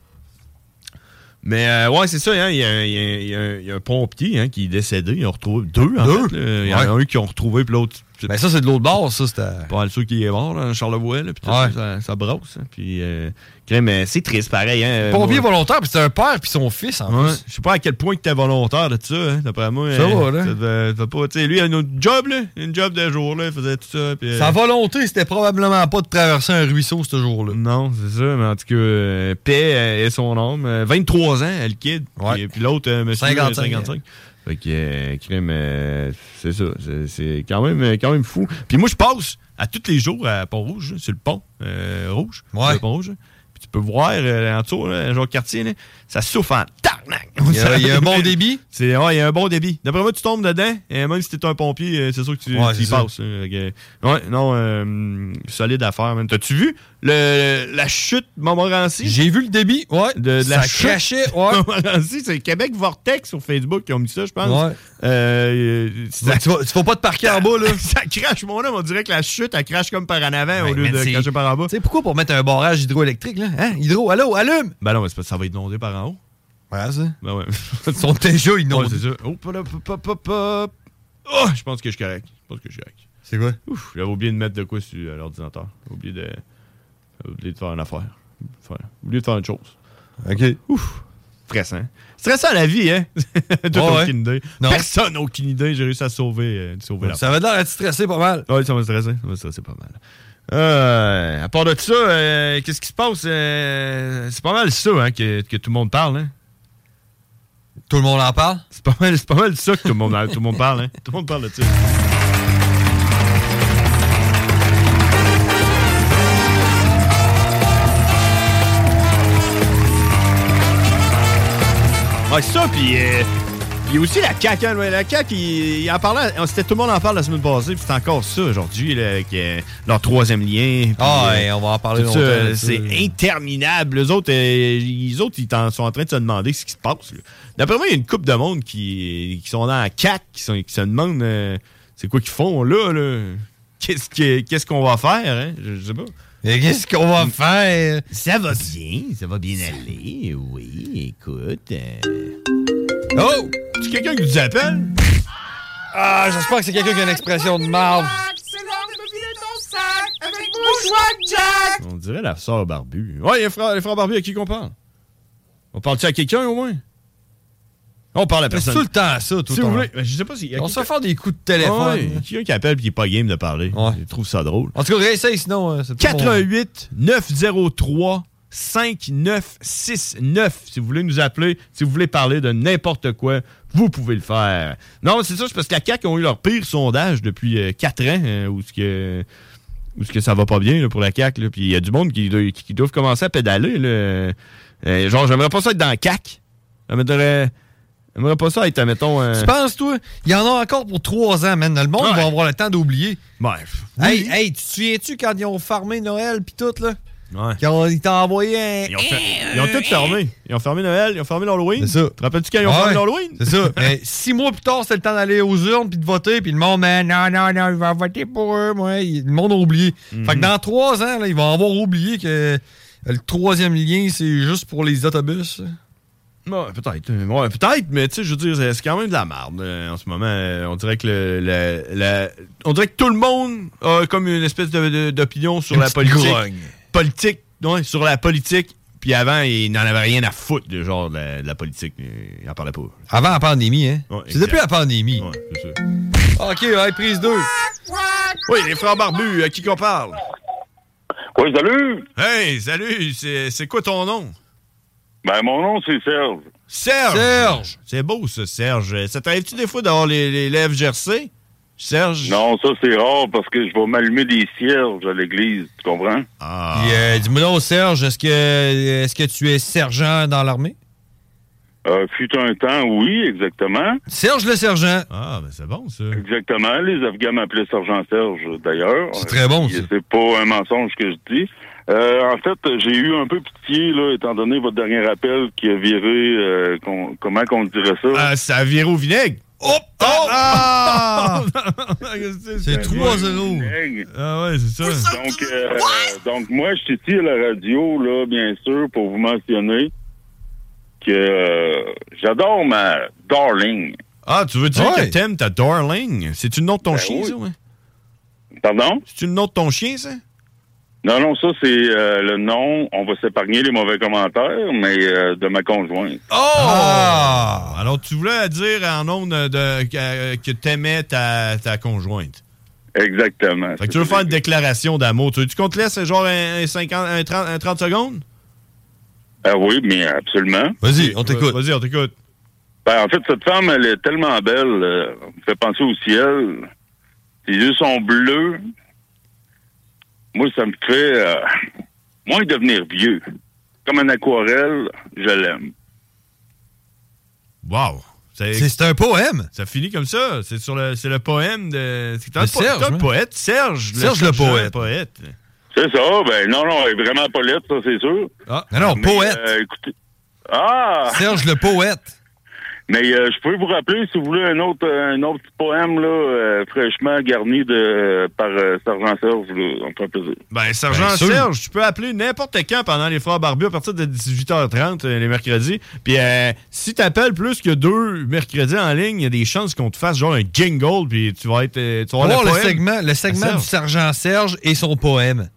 Speaker 9: Mais euh, ouais, c'est ça. hein, Il y, a un- il y a un- il y a un- il y a un pompier hein, qui est décédé. Ils ont retrouvé deux, en
Speaker 6: Deux?
Speaker 9: fait, là. Euh, Il y en a
Speaker 6: Ouais.
Speaker 9: un qui ont retrouvé, puis l'autre. Ben ça, c'est de l'autre bord, ça. C'était. Pas le sûr qui est mort, là, Charlevoix, là, puis tout ça, ça, ça brosse. hein, Puis, euh, crème, euh, c'est triste pareil. Hein,
Speaker 6: Pompier
Speaker 9: moi.
Speaker 6: volontaire, puis c'est un père, puis son fils, en
Speaker 9: Ouais.
Speaker 6: plus.
Speaker 9: Je sais pas à quel point que t'es volontaire de ça, hein, d'après moi.
Speaker 6: Ça
Speaker 9: hein,
Speaker 6: va, là.
Speaker 9: ça devait- ça pas, tu sais, lui, il a une autre job, là. Une job de jour, là. Il faisait tout ça. puis, euh,
Speaker 6: Sa volonté, c'était probablement pas de traverser un ruisseau ce jour-là.
Speaker 9: Non, c'est ça, mais en tout cas, euh, paix euh, est son nom. 23 ans, elle kid. Puis, puis l'autre, euh, monsieur,
Speaker 6: 55,
Speaker 9: 55. 55. Fait que, euh, crime, euh, c'est ça. C'est, c'est quand, même, euh, quand même fou. Puis moi, je passe à tous les jours à Pont-Rouge, hein, sur le pont euh, rouge. sur le Pont-Rouge. hein. Puis tu peux voir euh, en dessous, là, genre quartier, là, ça souffle en tarnac.
Speaker 6: Il y a- il y a un bon
Speaker 9: débit. C'est, ouais, il y a un bon débit. D'après moi, tu tombes dedans, et même si t'es un pompier, euh, c'est sûr que tu,
Speaker 6: Ouais,
Speaker 9: tu y
Speaker 6: c'est ça.
Speaker 9: passes. hein. Fait que, ouais, non, euh, solide affaire, man. T'as-tu vu le, la chute Montmorency? J'ai vu le débit, ouais. De, de la
Speaker 6: Ça
Speaker 9: chute
Speaker 6: crachait, ouais.
Speaker 9: Montmorency, c'est Québec Vortex sur Facebook qui ont mis ça, je pense.
Speaker 6: Ouais.
Speaker 9: Euh, euh, ça-
Speaker 6: tu vas- tu vas pas te parquer en bas, là.
Speaker 9: [LAUGHS] ça crache, mon homme. On dirait que la chute, elle crache comme par en avant
Speaker 6: Ouais,
Speaker 9: au lieu
Speaker 6: Ben, mais
Speaker 9: de
Speaker 6: c'est-
Speaker 9: cracher par en bas.
Speaker 6: Tu sais, pourquoi pour mettre un barrage hydroélectrique, là? Hein? Hydro, allô, allume!
Speaker 9: Ben non, mais c'est parce que ça va inonder par en haut.
Speaker 6: Ouais, ça.
Speaker 9: Ben ouais.
Speaker 6: Ils sont déjà inondés.
Speaker 9: Ouais, c'est ça. Oh, pa- la- pa- pa- pa- pa- Oh, je pense que je suis correct. Je pense que je suis correct.
Speaker 6: C'est quoi?
Speaker 9: Ouf, j'avais oublié de mettre de quoi sur euh, l'ordinateur. J'ai oublié de... J'ai oublié de faire une affaire. Enfin, j'ai oublié de faire une chose.
Speaker 6: OK.
Speaker 9: Ouf. Stressant. Stressant la vie, hein? [LAUGHS] T'as
Speaker 6: Ouais, ouais.
Speaker 9: aucune idée.
Speaker 6: Non.
Speaker 9: Personne n'a aucune idée. J'ai réussi à sauver, euh, sauver la
Speaker 6: Ça avait l'air à te stresser pas mal.
Speaker 9: Oui, ça m'a stressé. Ça m'a stressé pas mal. Euh, à part de ça, euh, qu'est-ce qui se passe? Euh, c'est pas mal ça hein, que, que tout le monde parle. Hein?
Speaker 6: Tout le monde en parle?
Speaker 9: C'est pas mal, c'est pas mal ça que tout le monde, tout le monde parle. Hein? Tout le monde parle de ça. Ouais, c'est ça, puis euh, puis aussi la CAQ. hein, ouais, la CAQ, il, il en parlait, on- c'était tout le monde en parle la semaine passée, puis c'est encore ça aujourd'hui, là, avec euh, leur troisième lien. puis,
Speaker 6: Ah,
Speaker 9: euh,
Speaker 6: ouais, on va en parler
Speaker 9: tout ça,
Speaker 6: longtemps.
Speaker 9: euh,
Speaker 6: là,
Speaker 9: C'est
Speaker 6: ça.
Speaker 9: interminable. Les autres, euh, les autres, ils t'en- sont en train de se demander ce qui se passe. là. D'après moi, il y a une coupe de monde qui, qui sont dans la CAQ, qui, sont- qui se demandent euh, c'est quoi qu'ils font là. là. Qu'est-ce que- qu'est-ce qu'on va faire? hein? Je, je sais pas.
Speaker 6: qu'est-ce qu'on va
Speaker 9: faire? Ça va bien, ça va bien aller. Oui, écoute. euh, Oh! C'est quelqu'un qui nous appelle?
Speaker 6: Ah, j'espère que c'est quelqu'un qui a une expression de marde.
Speaker 10: C'est l'heure de me vider ton sac avec bourgeois Jack!
Speaker 9: On dirait la sœur Barbu. Ouais, les frères, les frères Barbu, à qui qu'on parle? On parle-tu à quelqu'un au moins? On parle à
Speaker 6: Mais c'est
Speaker 9: personne.
Speaker 6: tout le temps ça, tout
Speaker 9: Si
Speaker 6: le
Speaker 9: vous
Speaker 6: temps.
Speaker 9: voulez, ben, je sais pas si.
Speaker 6: On se fait faire des coups de téléphone.
Speaker 9: Ouais, quelqu'un qui appelle et qui n'est pas game de parler. Il trouve ça drôle.
Speaker 6: En tout cas, réessaye sinon. euh, c'est pas
Speaker 9: 88 903 5969. Si vous voulez nous appeler, si vous voulez parler de n'importe quoi, vous pouvez le faire. Non, c'est ça, c'est parce que la CAQ ont eu leur pire sondage depuis 4 ans, euh, où ce que. Où ce que ça va pas bien là, pour la CAQ. là. Puis il y a du monde qui, doit- qui doivent commencer à pédaler. là. Euh, genre, j'aimerais pas ça être dans le CAC. J'aimerais j'aimerais pas ça être, euh, mettons.
Speaker 6: Tu penses, toi? Il y en a encore pour trois ans, man. Le monde va avoir le temps d'oublier.
Speaker 9: Bref.
Speaker 6: Hey, hey, tu te souviens-tu quand ils ont farmé Noël pis tout, là? Ils ont- Ils t'ont envoyé un.
Speaker 9: Ils ont, fait- ils ont tout fermé. Ils ont fermé Noël, ils ont fermé l'Halloween. C'est ça. Te rappelles-tu quand ils ont fermé l'Halloween?
Speaker 6: Ah C'est
Speaker 9: [LAUGHS]
Speaker 6: ça. Mais six mois plus tard, c'est le temps d'aller aux urnes puis de voter. Puis le monde, man, non, non, non, il va voter pour eux. Moi. Il- Le monde a oublié.
Speaker 9: Mhm.
Speaker 6: Fait que dans trois ans, là, ils vont avoir oublié que le troisième lien, c'est juste pour les autobus.
Speaker 9: Ouais, peut-être. Ouais, peut-être, mais tu sais, je veux dire, c'est quand même de la merde euh, en ce moment. Euh, On dirait que le, le- la- on dirait que tout le monde a comme une espèce de- de- d'opinion sur
Speaker 6: Une
Speaker 9: la
Speaker 6: petite
Speaker 9: politique.
Speaker 6: grogne.
Speaker 9: Politique, ouais, sur la politique. Puis avant, il n'en avait rien à foutre de genre de la, de la politique. euh, Il n'en parlait pas.
Speaker 6: Avant la pandémie, hein? c'est
Speaker 9: exact.
Speaker 6: depuis la pandémie. OK, ouais, prise 2.
Speaker 9: Oui, les frères barbus, à qui qu'on parle?
Speaker 11: Oui, salut!
Speaker 9: Hey, salut! C'est c'est quoi ton nom?
Speaker 11: Ben, mon nom, c'est Serge.
Speaker 9: Serge! Serge! C'est beau, ça, Serge. Ça t'arrive-tu des fois d'avoir les, les lèvres gercées? Serge?
Speaker 11: Non, ça, c'est rare parce que je vais m'allumer des cierges à l'église, tu comprends?
Speaker 9: Ah.
Speaker 6: euh, dis-moi donc, Serge, est-ce que, est-ce que tu es sergent dans l'armée?
Speaker 11: Euh, fut un temps, oui, exactement.
Speaker 6: Serge le sergent.
Speaker 9: Ah, ben c'est bon, ça.
Speaker 11: Exactement. Les Afghans m'appelaient Sergent Serge, d'ailleurs. C'est
Speaker 6: très bon, ça.
Speaker 11: C'est pas un mensonge que je dis. Euh, en fait, j'ai eu un peu pitié, là, étant donné votre dernier appel qui a viré, euh, qu'on- comment qu'on dirait ça?
Speaker 9: Ah, ça a viré au vinaigre. Oh! Oh! [LAUGHS] Ah!
Speaker 11: C'est
Speaker 6: 3-0.
Speaker 9: Ah ouais, c'est ça.
Speaker 11: Ben, Donc, euh, donc moi, je suis ici à la radio, là, bien sûr, pour vous mentionner que euh, j'adore ma darling.
Speaker 9: Ah, tu veux dire
Speaker 11: Ouais.
Speaker 9: que t'aimes ta darling? C'est-tu le nom de ton
Speaker 11: Ben
Speaker 9: chien,
Speaker 11: oui.
Speaker 9: ça, ouais?
Speaker 11: Pardon?
Speaker 9: C'est-tu le nom de ton chien, ça?
Speaker 11: Non, non, ça, c'est euh, le nom. On va s'épargner les mauvais commentaires, mais euh, de ma conjointe.
Speaker 9: Oh! Ah! Alors, tu voulais dire en ondes de, que, que t'aimais ta, ta conjointe.
Speaker 11: Exactement.
Speaker 9: Ah. Fait que tu veux faire une déclaration d'amour. Tu, tu qu'on te laisse genre un, un 50, un 30, un 30 secondes?
Speaker 11: Ah oui, mais absolument.
Speaker 6: Vas-y, on
Speaker 9: t'écoute. Vas-y, on t'écoute.
Speaker 11: Ben, en fait, cette femme, elle est tellement belle. euh, on me fait penser au ciel. Ses yeux sont bleus. Moi, ça me fait euh, moins devenir vieux. Comme un aquarelle, je l'aime.
Speaker 9: Wow!
Speaker 6: C'est c'est un poème.
Speaker 9: Ça finit comme ça. C'est sur le, c'est le poème de. C'est
Speaker 6: De
Speaker 9: un, po-
Speaker 6: Serge,
Speaker 9: t'es un
Speaker 6: ouais.
Speaker 9: poète, Serge.
Speaker 6: Serge le
Speaker 9: Serge
Speaker 6: poète.
Speaker 11: C'est ça, ben non, non, elle est vraiment pas lettre, ça c'est sûr.
Speaker 6: Ah, non, non,
Speaker 11: Mais,
Speaker 6: poète.
Speaker 11: euh, écoutez- Ah!
Speaker 6: Serge le poète.
Speaker 11: Mais euh, je peux vous rappeler, si vous voulez, un autre, un autre petit poème là, euh, fraîchement garni de par euh, Sergent Serge, là, on fait plaisir.
Speaker 9: Ben, Sergent
Speaker 11: Ben, sûr.
Speaker 9: Serge, tu peux appeler n'importe quand pendant les Frères Barbus à partir de 18h30 euh, les mercredis. Puis euh, si t'appelles plus que deux mercredis en ligne, il y a des chances qu'on te fasse genre un jingle, puis tu vas être. euh, Tu vas avoir
Speaker 6: Voir le,
Speaker 9: poème. [LAUGHS]
Speaker 6: segment, le segment
Speaker 9: Serge.
Speaker 6: du sergent Serge et son poème.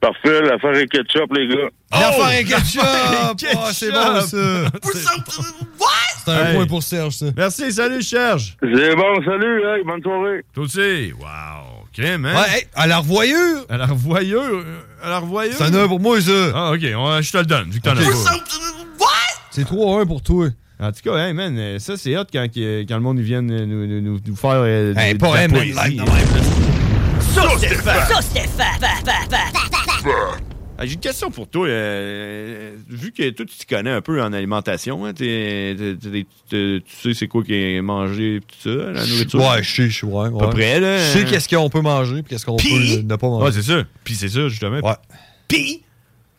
Speaker 11: Parfait, l'affaire est ketchup, les gars.
Speaker 6: L'affaire est ketchup!
Speaker 9: L'affaire est
Speaker 6: Ah, c'est
Speaker 9: Oh! ketchup!
Speaker 6: bon, ça! C'est un
Speaker 9: Hey.
Speaker 6: point pour Serge, ça.
Speaker 9: Merci, salut, Serge.
Speaker 11: C'est bon, salut, hey, bonne soirée.
Speaker 9: Toi aussi. Wow. Crème, hein?
Speaker 6: Ouais, hey, à la revoyure!
Speaker 9: À la revoyure! euh, À la revoyure!
Speaker 6: C'est un un pour moi, ça!
Speaker 9: Ah, ok, on- je te le donne, vu que t'en as pas.
Speaker 6: C'est 3-1 pour toi.
Speaker 9: En tout cas, hey, man, euh, ça c'est hot quand, que- quand le monde ils viennent euh, nous, nous- nous- nous faire euh,
Speaker 6: Hey,
Speaker 9: de-
Speaker 6: pas
Speaker 9: de la
Speaker 6: hey, man,
Speaker 9: poésie.
Speaker 6: live de
Speaker 9: Ah, J'ai une question pour toi. euh, vu que toi, tu t'y connais un peu en alimentation, hein, t'es- t'es- t'es- t'es- tu sais c'est quoi qui est mangé pis tout ça, la nourriture?
Speaker 6: Ouais, je sais, je sais, ouais, ouais.
Speaker 9: peu près, là.
Speaker 6: Je sais qu'est-ce qu'on peut manger puis qu'est-ce qu'on peut
Speaker 9: Puis-
Speaker 6: euh, ne pas manger.
Speaker 9: Ouais, c'est ça. Puis c'est ça, justement.
Speaker 6: Ouais.
Speaker 9: Puis,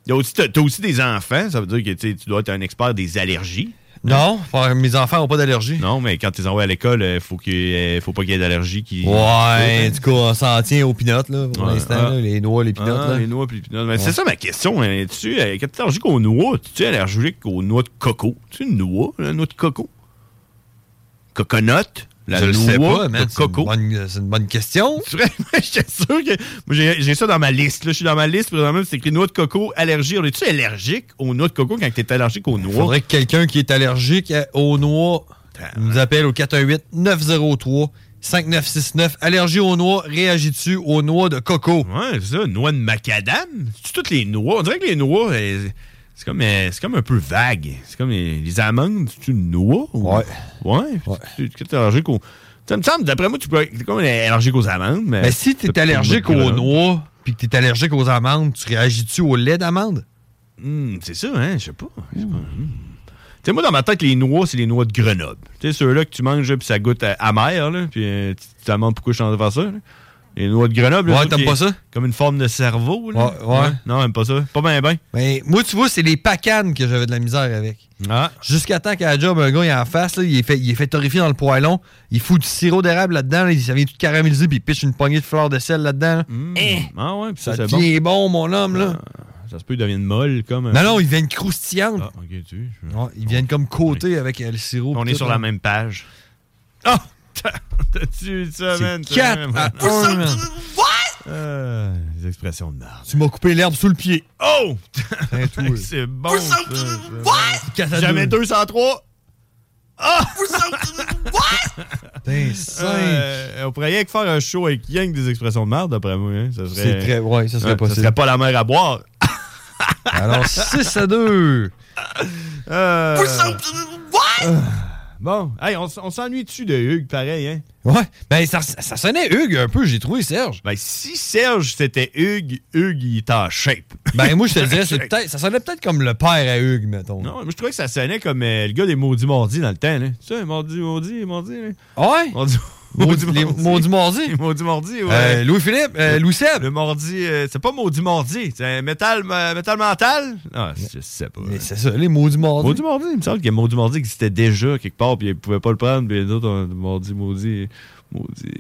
Speaker 9: y a aussi- t'as t'as aussi des enfants, ça veut dire que tu sais, tu dois être un expert des allergies.
Speaker 6: Non, par- mes enfants n'ont pas d'allergie.
Speaker 9: Non, mais quand t'es envoyé à l'école, euh, faut qu'il euh, faut pas qu'il y ait d'allergie qui.
Speaker 6: Ouais, du coup, on s'en tient aux pinottes, là, pour
Speaker 9: Ouais,
Speaker 6: l'instant,
Speaker 9: ah.
Speaker 6: là, les noix, les pinottes,
Speaker 9: Ah,
Speaker 6: là.
Speaker 9: les noix puis les pinottes. Mais
Speaker 6: Ouais.
Speaker 9: C'est ça ma question. Hein. Tu es allergique aux noix? Tu es allergique aux noix de coco? Tu une noix, la noix de coco? Coconut? La
Speaker 6: Je le
Speaker 9: noix
Speaker 6: sais pas,
Speaker 9: de
Speaker 6: man, c'est une
Speaker 9: coco?
Speaker 6: bonne- euh, C'est une bonne question.
Speaker 9: [LAUGHS] C'est vrai, je suis sûr que. Moi, j'ai j'ai ça dans ma liste. Là. Je suis dans ma liste. Puis même, c'est écrit noix de coco, allergie. On est-tu allergique aux noix de coco quand t'es allergique aux noix?
Speaker 6: faudrait que quelqu'un qui est allergique à- euh, aux noix nous appelle au 418-903-5969. Allergie aux noix, réagis-tu aux noix de coco?
Speaker 9: Ouais, c'est ça, noix de macadam. C'est toutes les noix. On dirait que les noix, euh, c'est comme, euh, c'est comme un peu vague. C'est comme les, les amandes, c'est une noix? ou- Ouais. Ouais? Tu es allergique aux... Ça me semble, d'après moi, tu peux être comme allergique aux amandes, mais...
Speaker 6: Mais si t'es
Speaker 9: Peut-être
Speaker 6: allergique
Speaker 9: pas de
Speaker 6: aux
Speaker 9: problème.
Speaker 6: noix puis que t'es allergique aux amandes, tu réagis-tu au lait d'amande?
Speaker 9: Hmm, c'est ça, hein? Je sais pas. Je sais pas. Hmm. Tu sais, moi, dans ma tête, les noix, c'est les noix de Grenoble. Tu sais, ceux-là que tu manges, là, puis ça goûte à- amer, là, puis euh, tu tu te demandes pourquoi je suis en train de faire ça. là. Les noix de Grenoble. là,
Speaker 6: Ouais,
Speaker 9: je trouve
Speaker 6: t'aimes
Speaker 9: qu'il
Speaker 6: pas
Speaker 9: y a
Speaker 6: ça?
Speaker 9: Comme une forme de cerveau. là.
Speaker 6: Ouais, ouais.
Speaker 9: Non, même pas ça. Pas bien, bien.
Speaker 6: Mais moi, tu vois, c'est les pacanes que j'avais de la misère avec.
Speaker 9: Ah.
Speaker 6: Jusqu'à temps qu'à la job, un gars, il est en face, là, il, est fait, il est fait torréfier dans le poêlon, il fout du sirop d'érable là-dedans, là, ça vient tout caraméliser, puis il piche une poignée de fleurs de sel là-dedans. là. Hein?
Speaker 9: Ah ouais, puis ça,
Speaker 6: Ça
Speaker 9: c'est bon.
Speaker 6: devient bon. mon homme, là.
Speaker 9: Ça se peut, ils deviennent molles, comme. euh,
Speaker 6: Non, non, ils viennent croustillants.
Speaker 9: Ah, ok, tu.
Speaker 6: Ouais, ils viennent comme côté avec euh, le sirop.
Speaker 9: On
Speaker 6: pis
Speaker 9: est
Speaker 6: tout,
Speaker 9: sur
Speaker 6: là.
Speaker 9: la même page. Ah! [LAUGHS] T'as-tu eu ça,
Speaker 6: C'est
Speaker 9: man?
Speaker 6: quatre à
Speaker 9: [LAUGHS]
Speaker 6: un, man.
Speaker 9: Euh, les expressions de merde.
Speaker 6: Tu m'as coupé l'herbe sous le pied.
Speaker 9: Oh!
Speaker 6: C'est tout.
Speaker 9: [LAUGHS] C'est bon.
Speaker 6: Vous
Speaker 9: ça,
Speaker 6: autres,
Speaker 9: ça.
Speaker 6: Quatre à
Speaker 9: Jamais
Speaker 6: deux.
Speaker 9: 203. Ah!
Speaker 6: Putain, cinq.
Speaker 9: Euh, on pourrait rien que faire un show avec rien que des expressions de merde, d'après moi. hein. Ça serait...
Speaker 6: C'est très- ouais, ça serait
Speaker 9: Ça
Speaker 6: possible.
Speaker 9: serait pas la mer à boire.
Speaker 6: Alors, 6 à 2.
Speaker 9: Euh... Euh, Bon, hey, on, s- on s'ennuie dessus de Hugues, pareil, hein?
Speaker 6: Ouais, ben ça, ça sonnait Hugues un peu, j'ai trouvé Serge.
Speaker 9: Ben, si Serge c'était Hugues, Hugues, il est en shape.
Speaker 6: Ben, moi, je te
Speaker 9: [LAUGHS]
Speaker 6: le dirais, c'est peut-être- ça sonnait peut-être comme le père à Hugues, mettons.
Speaker 9: Non, moi, je trouvais que ça sonnait comme euh, le gars des maudits mordis dans le temps, là. Tu sais, maudits, maudits, maudits, là.
Speaker 6: Ah Ouais?
Speaker 9: Maudits,
Speaker 6: Maudits- les maudits mordis?
Speaker 9: Les maudits mordis, ouais.
Speaker 6: Euh, Louis-Philippe, euh,
Speaker 9: Louis-Seb. Le mordi, euh, c'est pas maudit mordi, c'est un métal, euh, métal mental. Ah, je sais pas. Mais
Speaker 6: c'est ça, les maudits mordis.
Speaker 9: Maudit mordi, il me semble que maudit mordi existait déjà quelque part, puis ils pouvaient pas le prendre, puis les autres, on- maudit, maudit, maudit.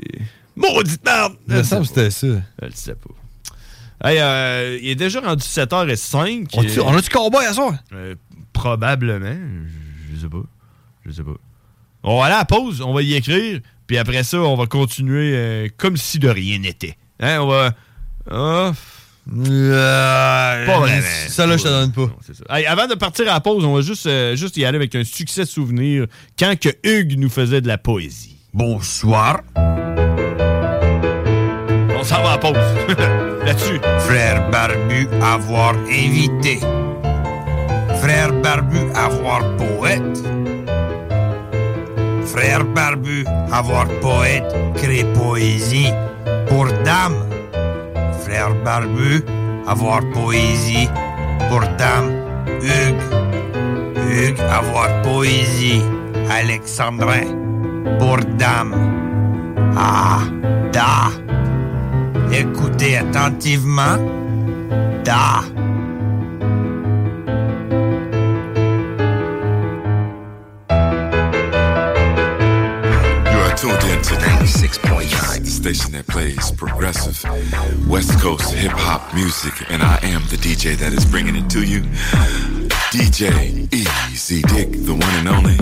Speaker 9: Maudite merde!
Speaker 6: Il me semble que c'était ça.
Speaker 9: Je le sais pas. Hey, euh, il est déjà rendu 7h05.
Speaker 6: On a-tu- on a-tu cowboy à soir?
Speaker 9: Euh, probablement. Je, je sais pas. Je sais pas. On va aller à la pause, on va y écrire, puis après ça, on va continuer euh, comme si de rien n'était. Hein, on va. Ah, pas vraiment.
Speaker 6: Ça, là, Euh, je te donne pas.
Speaker 9: Hey, avant de partir à la pause, on va juste, euh, juste y aller avec un succès souvenir quand que Hugues nous faisait de la poésie. Bonsoir. On s'en va à la pause. [LAUGHS] Là-dessus.
Speaker 5: Frère Barbu avoir invité. Frère Barbu avoir poète. Frère Barbu avoir poète crée poésie pour dame. Frère Barbu avoir poésie pour dame. Hugues. Hugues avoir poésie. Alexandrin pour dame. Ah, da. Écoutez attentivement. Da.
Speaker 7: You are tuned in to 96.9, the station that plays progressive West Coast hip hop music, and I am the DJ that is bringing it to you. DJ Easy Dick, the one and only.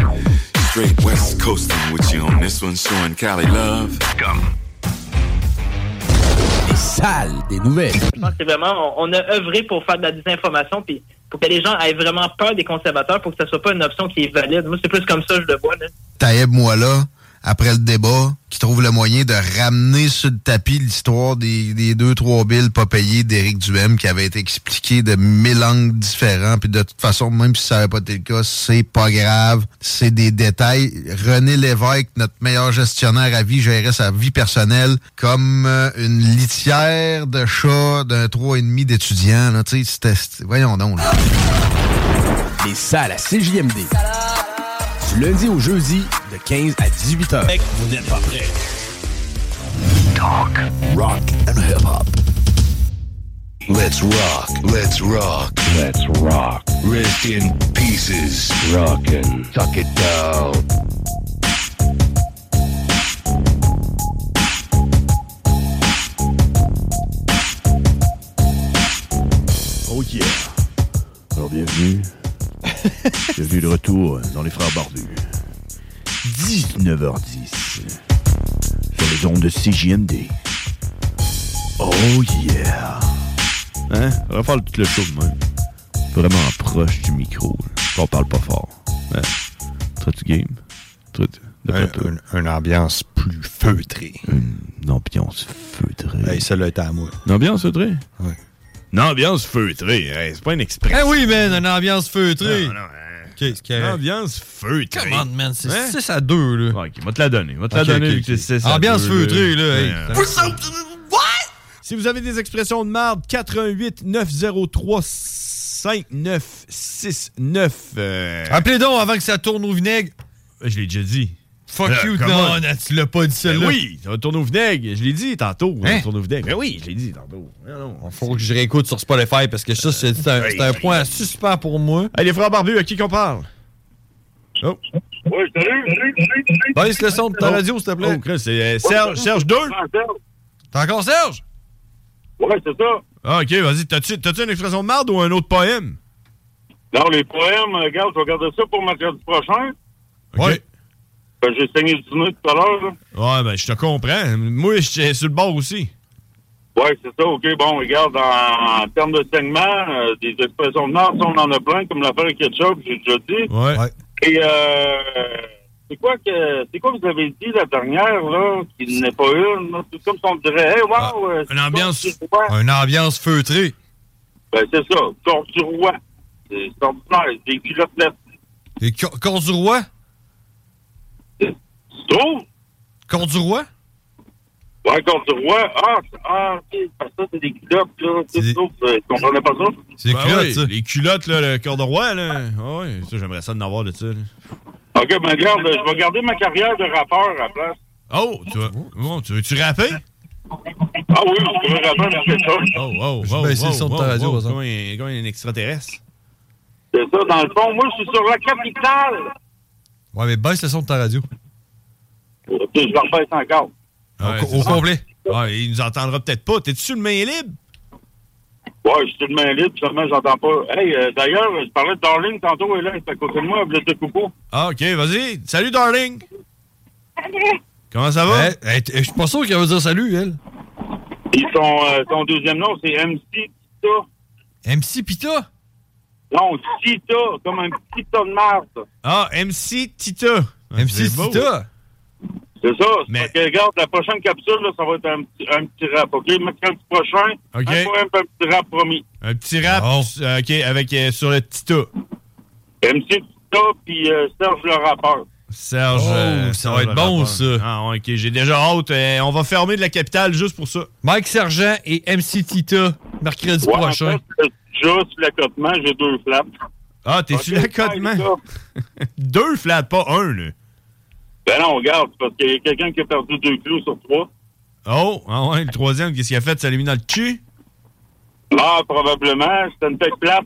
Speaker 7: Straight West Coasting with you on this one, showing Cali love. Come.
Speaker 12: Sale des nouvelles.
Speaker 13: Je pense que c'est vraiment, on, on a œuvré pour faire de la désinformation, puis pour que les gens aient vraiment peur des conservateurs, pour que ça soit pas une option qui est valide. Moi, c'est plus comme ça que je le vois. Là.
Speaker 14: Taïeb Moala, après le débat, qui trouve le moyen de ramener sur le tapis l'histoire des, des deux, trois billes pas payées d'Éric Duhem qui avait été expliqué de mille angles différents. Puis de toute façon, même si ça n'avait pas été le cas, c'est pas grave. C'est des détails. René Lévesque, notre meilleur gestionnaire à vie, gérait sa vie personnelle comme euh, une litière de chat d'un trois et demi d'étudiants. là. Tu sais, c'était- c'était- Voyons donc. là.
Speaker 12: Les salles à CJMD. Du lundi au jeudi, de 15 à 18 heures. Vous n'êtes pas prêts.
Speaker 5: Talk, rock and hip hop. Let's rock, let's rock, let's rock. Rest in pieces. Rockin', tuck it down.
Speaker 15: Oh yeah! Alors
Speaker 6: [LAUGHS]
Speaker 15: bienvenue. bienvenue de retour dans les frères barbus. 19h10. Sur les ondes de CJMD. Oh yeah!
Speaker 9: Hein? On va faire tout le show de même.
Speaker 15: Vraiment proche du micro. là. On parle pas fort. Hein? Traite game. Traite- d'après toi.
Speaker 6: Une, ambiance plus feutrée.
Speaker 15: Une ambiance feutrée.
Speaker 6: Hey, celle-là était à moi.
Speaker 15: Une ambiance feutrée? Oui. Une ambiance feutrée. Hey, c'est pas une expression.
Speaker 6: Ah oui, man, une ambiance
Speaker 9: Ah,
Speaker 6: feutrée.
Speaker 15: Non,
Speaker 6: Ok, c'est correct.
Speaker 9: hein. Ambiance feutrée.
Speaker 6: Come on, man, c'est
Speaker 9: Hein?
Speaker 6: 6 à 2, là.
Speaker 9: Ok, on va te la donner. On va te
Speaker 6: Ok,
Speaker 9: la donner.
Speaker 6: ok,
Speaker 9: vu que
Speaker 6: ok.
Speaker 9: c'est- c'est
Speaker 6: Ambiance
Speaker 9: ça, deux,
Speaker 6: feutrée, là, hey.
Speaker 9: Ouais. Si vous avez des expressions de marde, 88 903 5969. euh,
Speaker 6: Appelez donc avant que ça tourne au vinaigre.
Speaker 9: Je l'ai déjà dit.
Speaker 6: Fuck
Speaker 9: Euh,
Speaker 6: you.
Speaker 9: come
Speaker 6: Non,
Speaker 9: on.
Speaker 6: non, tu l'as pas dit
Speaker 9: Ben
Speaker 6: celle-là.
Speaker 9: oui, ça va tourner au vinaigre. Je l'ai dit tantôt. ça va
Speaker 6: Hein?
Speaker 9: tourner au vinaigre. Ben oui, je l'ai dit tantôt. Ben non.
Speaker 6: Faut que je réécoute sur Spotify parce que ça, c'est c'est un, c'est un point suspens pour moi.
Speaker 9: Allez, les frères barbus, à qui qu'on parle? Oh.
Speaker 16: Oui, salut.
Speaker 6: Baisse le son de ta radio, s'il te plaît.
Speaker 9: Oh, Chris, c'est euh, Serge, Serge 2.
Speaker 6: T'es encore Serge?
Speaker 16: Ouais, c'est ça.
Speaker 9: Ah, ok, vas-y. T'as-tu t'as-tu une expression de marde ou un autre poème?
Speaker 16: Non, les poèmes, euh, regarde, je vais garder ça pour mercredi prochain.
Speaker 9: Oui.
Speaker 16: Ben, J'ai saigné le dîner tout à l'heure. là.
Speaker 9: Ouais, ben, je te comprends. Moi, j'étais sur le bord aussi.
Speaker 16: Ouais, c'est ça. OK, bon, regarde, en, en termes de saignement, euh, des expressions de mort, ça, on en a plein, comme l'affaire ketchup, j'ai déjà dit.
Speaker 9: Ouais.
Speaker 16: Et euh, c'est quoi que c'est quoi que vous avez dit la dernière, là, qui n'est pas une? là? C'est comme si on dirait, hey, wow! euh, c'est
Speaker 6: Une ambiance,
Speaker 16: quoi, c'est quoi?
Speaker 6: une ambiance feutrée.
Speaker 16: Ben, c'est ça, corps du roi. C'est ordinaire, c'est des culottes nettes.
Speaker 6: Et Cor- Corps du Roi?
Speaker 16: Tu trouves?
Speaker 6: Corps du Roi?
Speaker 16: Ouais, corps du roi. Ah, c'est- ah, OK, parce que ça, c'est des culottes, là. Tu trouves, euh, tu comprenais pas ça?
Speaker 6: C'est
Speaker 9: les culottes, ça. Ben Les culottes, là, le cordon roi, là. Ah ouais, ça, j'aimerais ça d'en avoir de ça, là.
Speaker 16: OK, ben, regarde, je vais garder ma carrière de rappeur à la place.
Speaker 9: Oh, tu, vas- oh, tu veux-tu rapper?
Speaker 16: Ah oui, je veux rapper, mais c'est ça.
Speaker 9: Oh, oh,
Speaker 16: Je
Speaker 9: oh,
Speaker 16: vais essayer
Speaker 9: oh,
Speaker 16: le son de ta
Speaker 9: oh,
Speaker 16: radio,
Speaker 9: oh,
Speaker 16: par exemple.
Speaker 9: comme, un, comme un extraterrestre.
Speaker 16: C'est ça, dans le fond, moi, je suis sur la capitale.
Speaker 6: Ouais, mais baisse le son de ta radio.
Speaker 16: OK, je vais rebaisse encore.
Speaker 9: Ouais, Ben, c'est
Speaker 6: au
Speaker 16: Ah.
Speaker 9: ça.
Speaker 6: complet.
Speaker 9: Ouais, Ah, il nous entendra peut-être pas. T'es-tu sur le main libre?
Speaker 16: Ouais, je suis sur le main libre, seulement, j'entends pas. Hey, euh, d'ailleurs, je parlais de Darling tantôt, et là, elle est à côté de moi, elle voulait te coucou.
Speaker 9: Ah, ok, vas-y. Salut, darling. Comment ça va?
Speaker 6: Ben, je suis pas sûr qu'elle va dire salut, elle.
Speaker 16: Puis son, euh, son deuxième nom, c'est MC Pita.
Speaker 6: MC Pita?
Speaker 16: Non, Tita, comme un petit tas de merde.
Speaker 9: Ah, MC Tita.
Speaker 6: MC
Speaker 16: c'est beau. hein?
Speaker 6: Tita?
Speaker 16: C'est ça. Mais... Que, regarde, la prochaine capsule, là, ça va être un petit, un petit rap, OK? Mercredi prochain,
Speaker 9: OK.
Speaker 16: un poème, un petit rap promis.
Speaker 9: Un petit rap, euh, ok, avec euh, sur le Tita.
Speaker 16: MC Tita, puis euh, Serge le rappeur.
Speaker 9: Serge.
Speaker 16: Oh, ça
Speaker 9: euh, Serge
Speaker 16: va être
Speaker 9: le
Speaker 16: bon,
Speaker 9: rappeur. Ah, ouais, ok, j'ai déjà hâte. Euh, on va fermer de la capitale juste pour ça.
Speaker 6: Mike Sergent et MC Tita, mercredi
Speaker 16: Ouais,
Speaker 6: prochain.
Speaker 16: en fait, je suis sur l'accotement, j'ai deux flaps.
Speaker 9: Ah, t'es
Speaker 16: Ok,
Speaker 9: sur l'accotement. [LAUGHS] Deux flats, pas un, là.
Speaker 16: Ben non, regarde, parce qu'il y a quelqu'un qui a perdu deux clous sur trois.
Speaker 9: Oh, ah ouais, le troisième, qu'est-ce qu'il a fait? Ça l'a mis dans le cul?
Speaker 16: Ah, probablement, c'était une tête plate.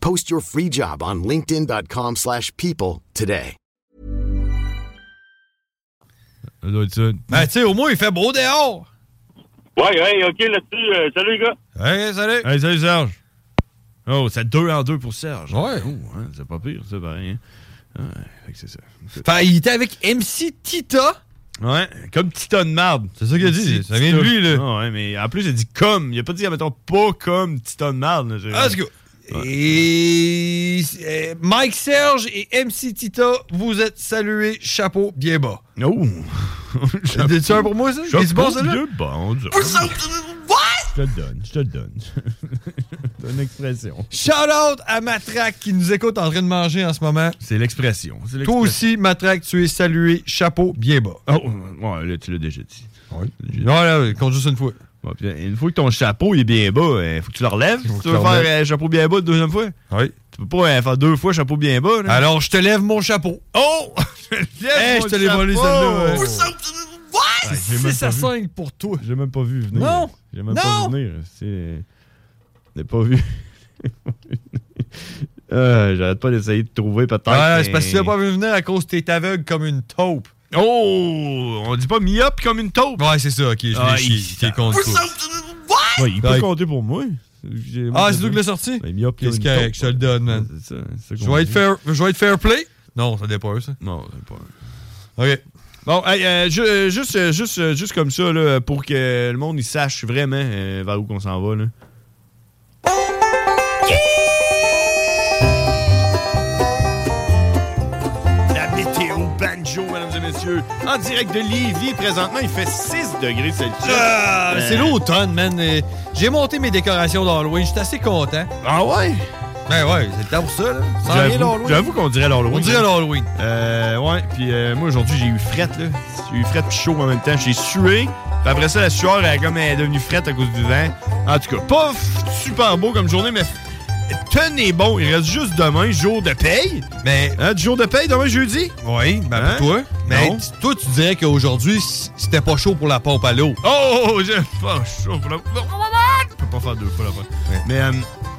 Speaker 15: Post your free job on linkedin.com/people slash people today.
Speaker 9: Ça doit être ça.
Speaker 6: Ben, tu sais, au moins, il fait beau dehors.
Speaker 16: ouais, ouais, OK, là-dessus, euh, salut, les gars.
Speaker 6: Hey, salut.
Speaker 9: Hey, salut, Serge. Oh, c'est deux en deux pour Serge. Ouais. Oh, hein, c'est pas pire, ça, pareil. hein. Ouais, fait que c'est ça.
Speaker 6: Fait, il était avec MC Tita.
Speaker 9: Ouais, comme Tita de marde. C'est
Speaker 6: ça qu'il a dit, ça vient de lui, là.
Speaker 9: Ah, ouais, mais en plus, il a dit comme. Il a pas dit, mettons, pas comme Tita de marde. là.
Speaker 6: Ah, let's go. Et euh, Mike Serge et MC Tita, vous êtes salués, chapeau bien bas. [LAUGHS]
Speaker 9: Oh!
Speaker 6: C'est un pour moi, ça?
Speaker 9: Chapeau
Speaker 6: C'est bon, ça, là?
Speaker 9: bien bon, Dieu. Je te le donne, je te le donne. [LAUGHS] [LAUGHS] c'est une expression.
Speaker 6: Shout out à Matraque qui nous écoute en train de manger en ce moment.
Speaker 9: C'est l'expression. c'est
Speaker 6: Toi
Speaker 9: l'expression.
Speaker 6: aussi, Matraque, tu es salué, chapeau bien bas.
Speaker 9: Oh, ouais, là, tu l'as déjà dit.
Speaker 6: Ouais.
Speaker 9: Non,
Speaker 6: là, compte juste une fois.
Speaker 9: une fois que ton chapeau il est bien bas, il faut que tu le relèves. si
Speaker 6: que
Speaker 9: tu
Speaker 6: tu
Speaker 9: veux
Speaker 6: le
Speaker 9: faire
Speaker 6: relèves.
Speaker 9: euh, chapeau bien bas une deuxième fois.
Speaker 6: Oui.
Speaker 9: Tu peux pas euh, faire deux fois chapeau bien bas.
Speaker 6: Alors, je te lève mon chapeau.
Speaker 9: Oh! [LAUGHS] je
Speaker 6: Hey, je te l'ai volé, celle-là. ouais.
Speaker 9: Ouais, j'ai même
Speaker 6: 6 à
Speaker 9: pas vu.
Speaker 6: 5 pour toi.
Speaker 9: J'ai même pas vu venir.
Speaker 6: Non!
Speaker 9: J'ai même
Speaker 6: Non!
Speaker 9: [LAUGHS] pas
Speaker 6: Euh,
Speaker 9: vu venir. C'est. J'ai pas vu. Euh, J'arrête pas d'essayer de trouver peut-être.
Speaker 6: Ah,
Speaker 9: mais-
Speaker 6: c'est parce que tu l'as pas vu venir à cause que t'es aveugle comme une taupe.
Speaker 9: Oh! On dit pas myope comme une taupe?
Speaker 6: Ouais, c'est ça, ok, je l'ai
Speaker 9: Ah,
Speaker 6: chié,
Speaker 9: il-
Speaker 6: t'es contre toi.
Speaker 9: Ouais, il peut
Speaker 6: Ouais.
Speaker 9: compter pour moi.
Speaker 6: Ah, c'est toi qui l'as sorti?
Speaker 9: myope,
Speaker 6: Qu'est-ce qu'il y a? Je te le donne, man. Je vais être fair- je vais être fair play? Non, ça n'est pas eux, ça.
Speaker 9: Non, ça n'est pas
Speaker 6: OK.
Speaker 9: Bon, hey, euh, ju- euh, juste, euh, juste, euh, juste comme ça, là, pour que le monde il sache vraiment euh, vers où qu'on s'en va. Là. La météo banjo, mesdames et messieurs. En direct de Lévis, présentement, il fait 6 degrés Celsius. Euh,
Speaker 6: Ah, C'est
Speaker 9: lourd.
Speaker 6: l'automne, man. Et J'ai monté mes décorations d'Halloween. J'étais assez content.
Speaker 9: Ah ouais?
Speaker 6: Ben ouais, c'est le temps pour ça, là. Ça
Speaker 9: J'avoue-
Speaker 6: vient l'Halloween.
Speaker 9: J'avoue qu'on dirait l'Halloween. hein.
Speaker 6: On dirait l'Halloween.
Speaker 9: Euh, ouais, puis euh, moi aujourd'hui j'ai eu frette, là. J'ai eu frette puis chaud en même temps. J'ai sué. Puis après ça, la sueur elle, comme, elle est devenue frette à cause du vent. En tout cas, pas f- super beau comme journée, mais f- tenez bon. Il reste juste demain, jour de paye.
Speaker 6: Mais.
Speaker 9: Hein, du jour de paye, demain jeudi?
Speaker 6: Oui, ben
Speaker 9: Hein?
Speaker 6: pour toi. Mais
Speaker 9: Non.
Speaker 6: t- toi, tu dirais qu'aujourd'hui, c- c'était pas chaud pour la pompe à l'eau.
Speaker 9: Oh, j'aime pas chaud. pour la- Je peux pas faire deux fois la fois. Mais. euh,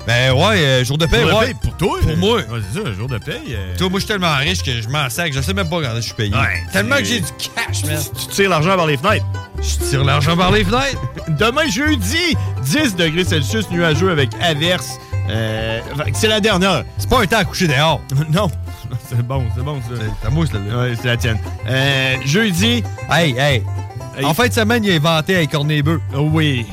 Speaker 6: Ben ouais, euh, jour de paye,
Speaker 9: Jour de
Speaker 6: ouais.
Speaker 9: paye pour toi, euh,
Speaker 6: Pour moi.
Speaker 9: ouais, c'est ça, jour de paye. euh,
Speaker 6: Toi, moi, je suis tellement riche que je m'en sac. Je sais même pas quand je suis payé.
Speaker 9: Ouais,
Speaker 6: tellement
Speaker 9: c'est-
Speaker 6: que j'ai du cash, man.
Speaker 9: Tu tires l'argent par les fenêtres. Je
Speaker 6: tire l'argent par les fenêtres.
Speaker 9: [LAUGHS] Demain, jeudi, 10 degrés Celsius, nuageux avec averse. Euh, fait que c'est la dernière.
Speaker 6: C'est pas un temps à coucher dehors.
Speaker 9: [LAUGHS] non. C'est bon, c'est bon, ça.
Speaker 6: C'est ta mousse, là.
Speaker 9: Ouais, c'est la tienne. Euh, jeudi.
Speaker 6: Hey, hey. En fin de semaine, il a inventé avec Cornébeu.
Speaker 9: Oui.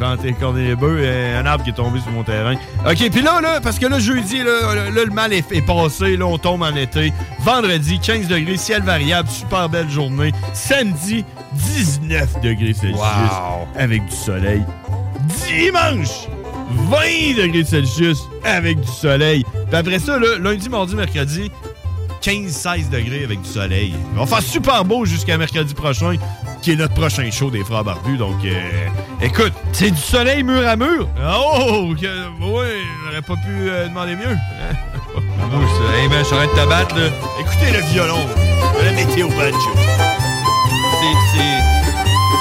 Speaker 9: Vanté cornet les bœufs, euh, un arbre qui est tombé sur mon terrain. OK, puis là, là, parce que là, jeudi, là, là, là, le mal est, est passé, là, on tombe en été. Vendredi, 15 degrés, ciel variable, super belle journée. Samedi, 19 degrés Celsius avec du soleil. Dimanche, 20 degrés Celsius avec du soleil. Puis après ça, là, lundi, mardi, mercredi, 15-16 degrés avec du soleil. Il va faire super beau jusqu'à mercredi prochain, qui est notre prochain show des Frères Barbus. Donc, euh, écoute, c'est du soleil mur à mur. Oh, que, ouais, j'aurais pas pu euh, demander mieux. Moi, ça. Hey, man, j'arrête de te battre, là. Écoutez le violon. La météo banjo. C'est, c'est,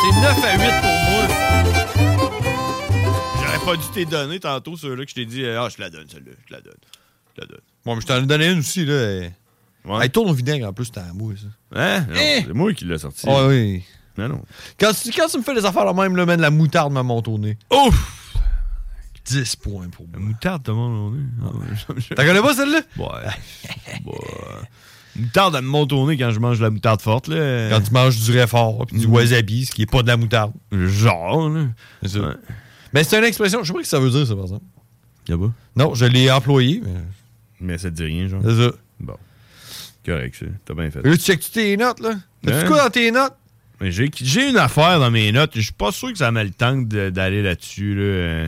Speaker 9: c'est 9 à 8 pour moi. J'aurais pas dû t'es donner tantôt, ceux-là, que je t'ai dit, euh, ah, je te la donne, celle-là, je te la donne. Je te la donne.
Speaker 6: Bon, mais je t'en ai donné une aussi, là. Ouais. Elle tourne au vinaigre, en plus, c'était à moi, ça.
Speaker 9: Hein? Non,
Speaker 6: Eh!
Speaker 9: C'est moi qui l'ai sorti.
Speaker 6: Ah oui.
Speaker 9: Non, non.
Speaker 6: Quand tu, quand tu me fais des affaires là-même, là, man, la moutarde m'a monté au nez.
Speaker 9: Ouf!
Speaker 6: 10 points pour moi. La
Speaker 9: moutarde Ah, te monte au nez?
Speaker 6: [LAUGHS] T'en connais pas celle-là? [LAUGHS]
Speaker 9: Ouais. ouais. Moutarde, elle me monte au nez quand je mange de la moutarde forte, là.
Speaker 6: Quand tu manges du réfort, puis du
Speaker 9: Mm.
Speaker 6: wasabi, ce qui est pas de la moutarde.
Speaker 9: Genre, là.
Speaker 6: C'est ça. Mais c'est une expression, je sais pas ce que ça veut dire, ça, par exemple.
Speaker 9: Là-bas?
Speaker 6: Non, je l'ai employé, mais...
Speaker 9: Mais ça te dit rien, genre.
Speaker 6: C'est ça.
Speaker 9: Bon. Correct, ça. T'as bien fait.
Speaker 6: Là, tu checkes-tu tes notes, là? T'as-tu
Speaker 9: Euh. Hein?
Speaker 6: quoi dans tes notes?
Speaker 9: Mais J'ai j'ai une affaire dans mes notes. Je suis pas sûr que ça me le tente de- d'aller là-dessus, là. euh.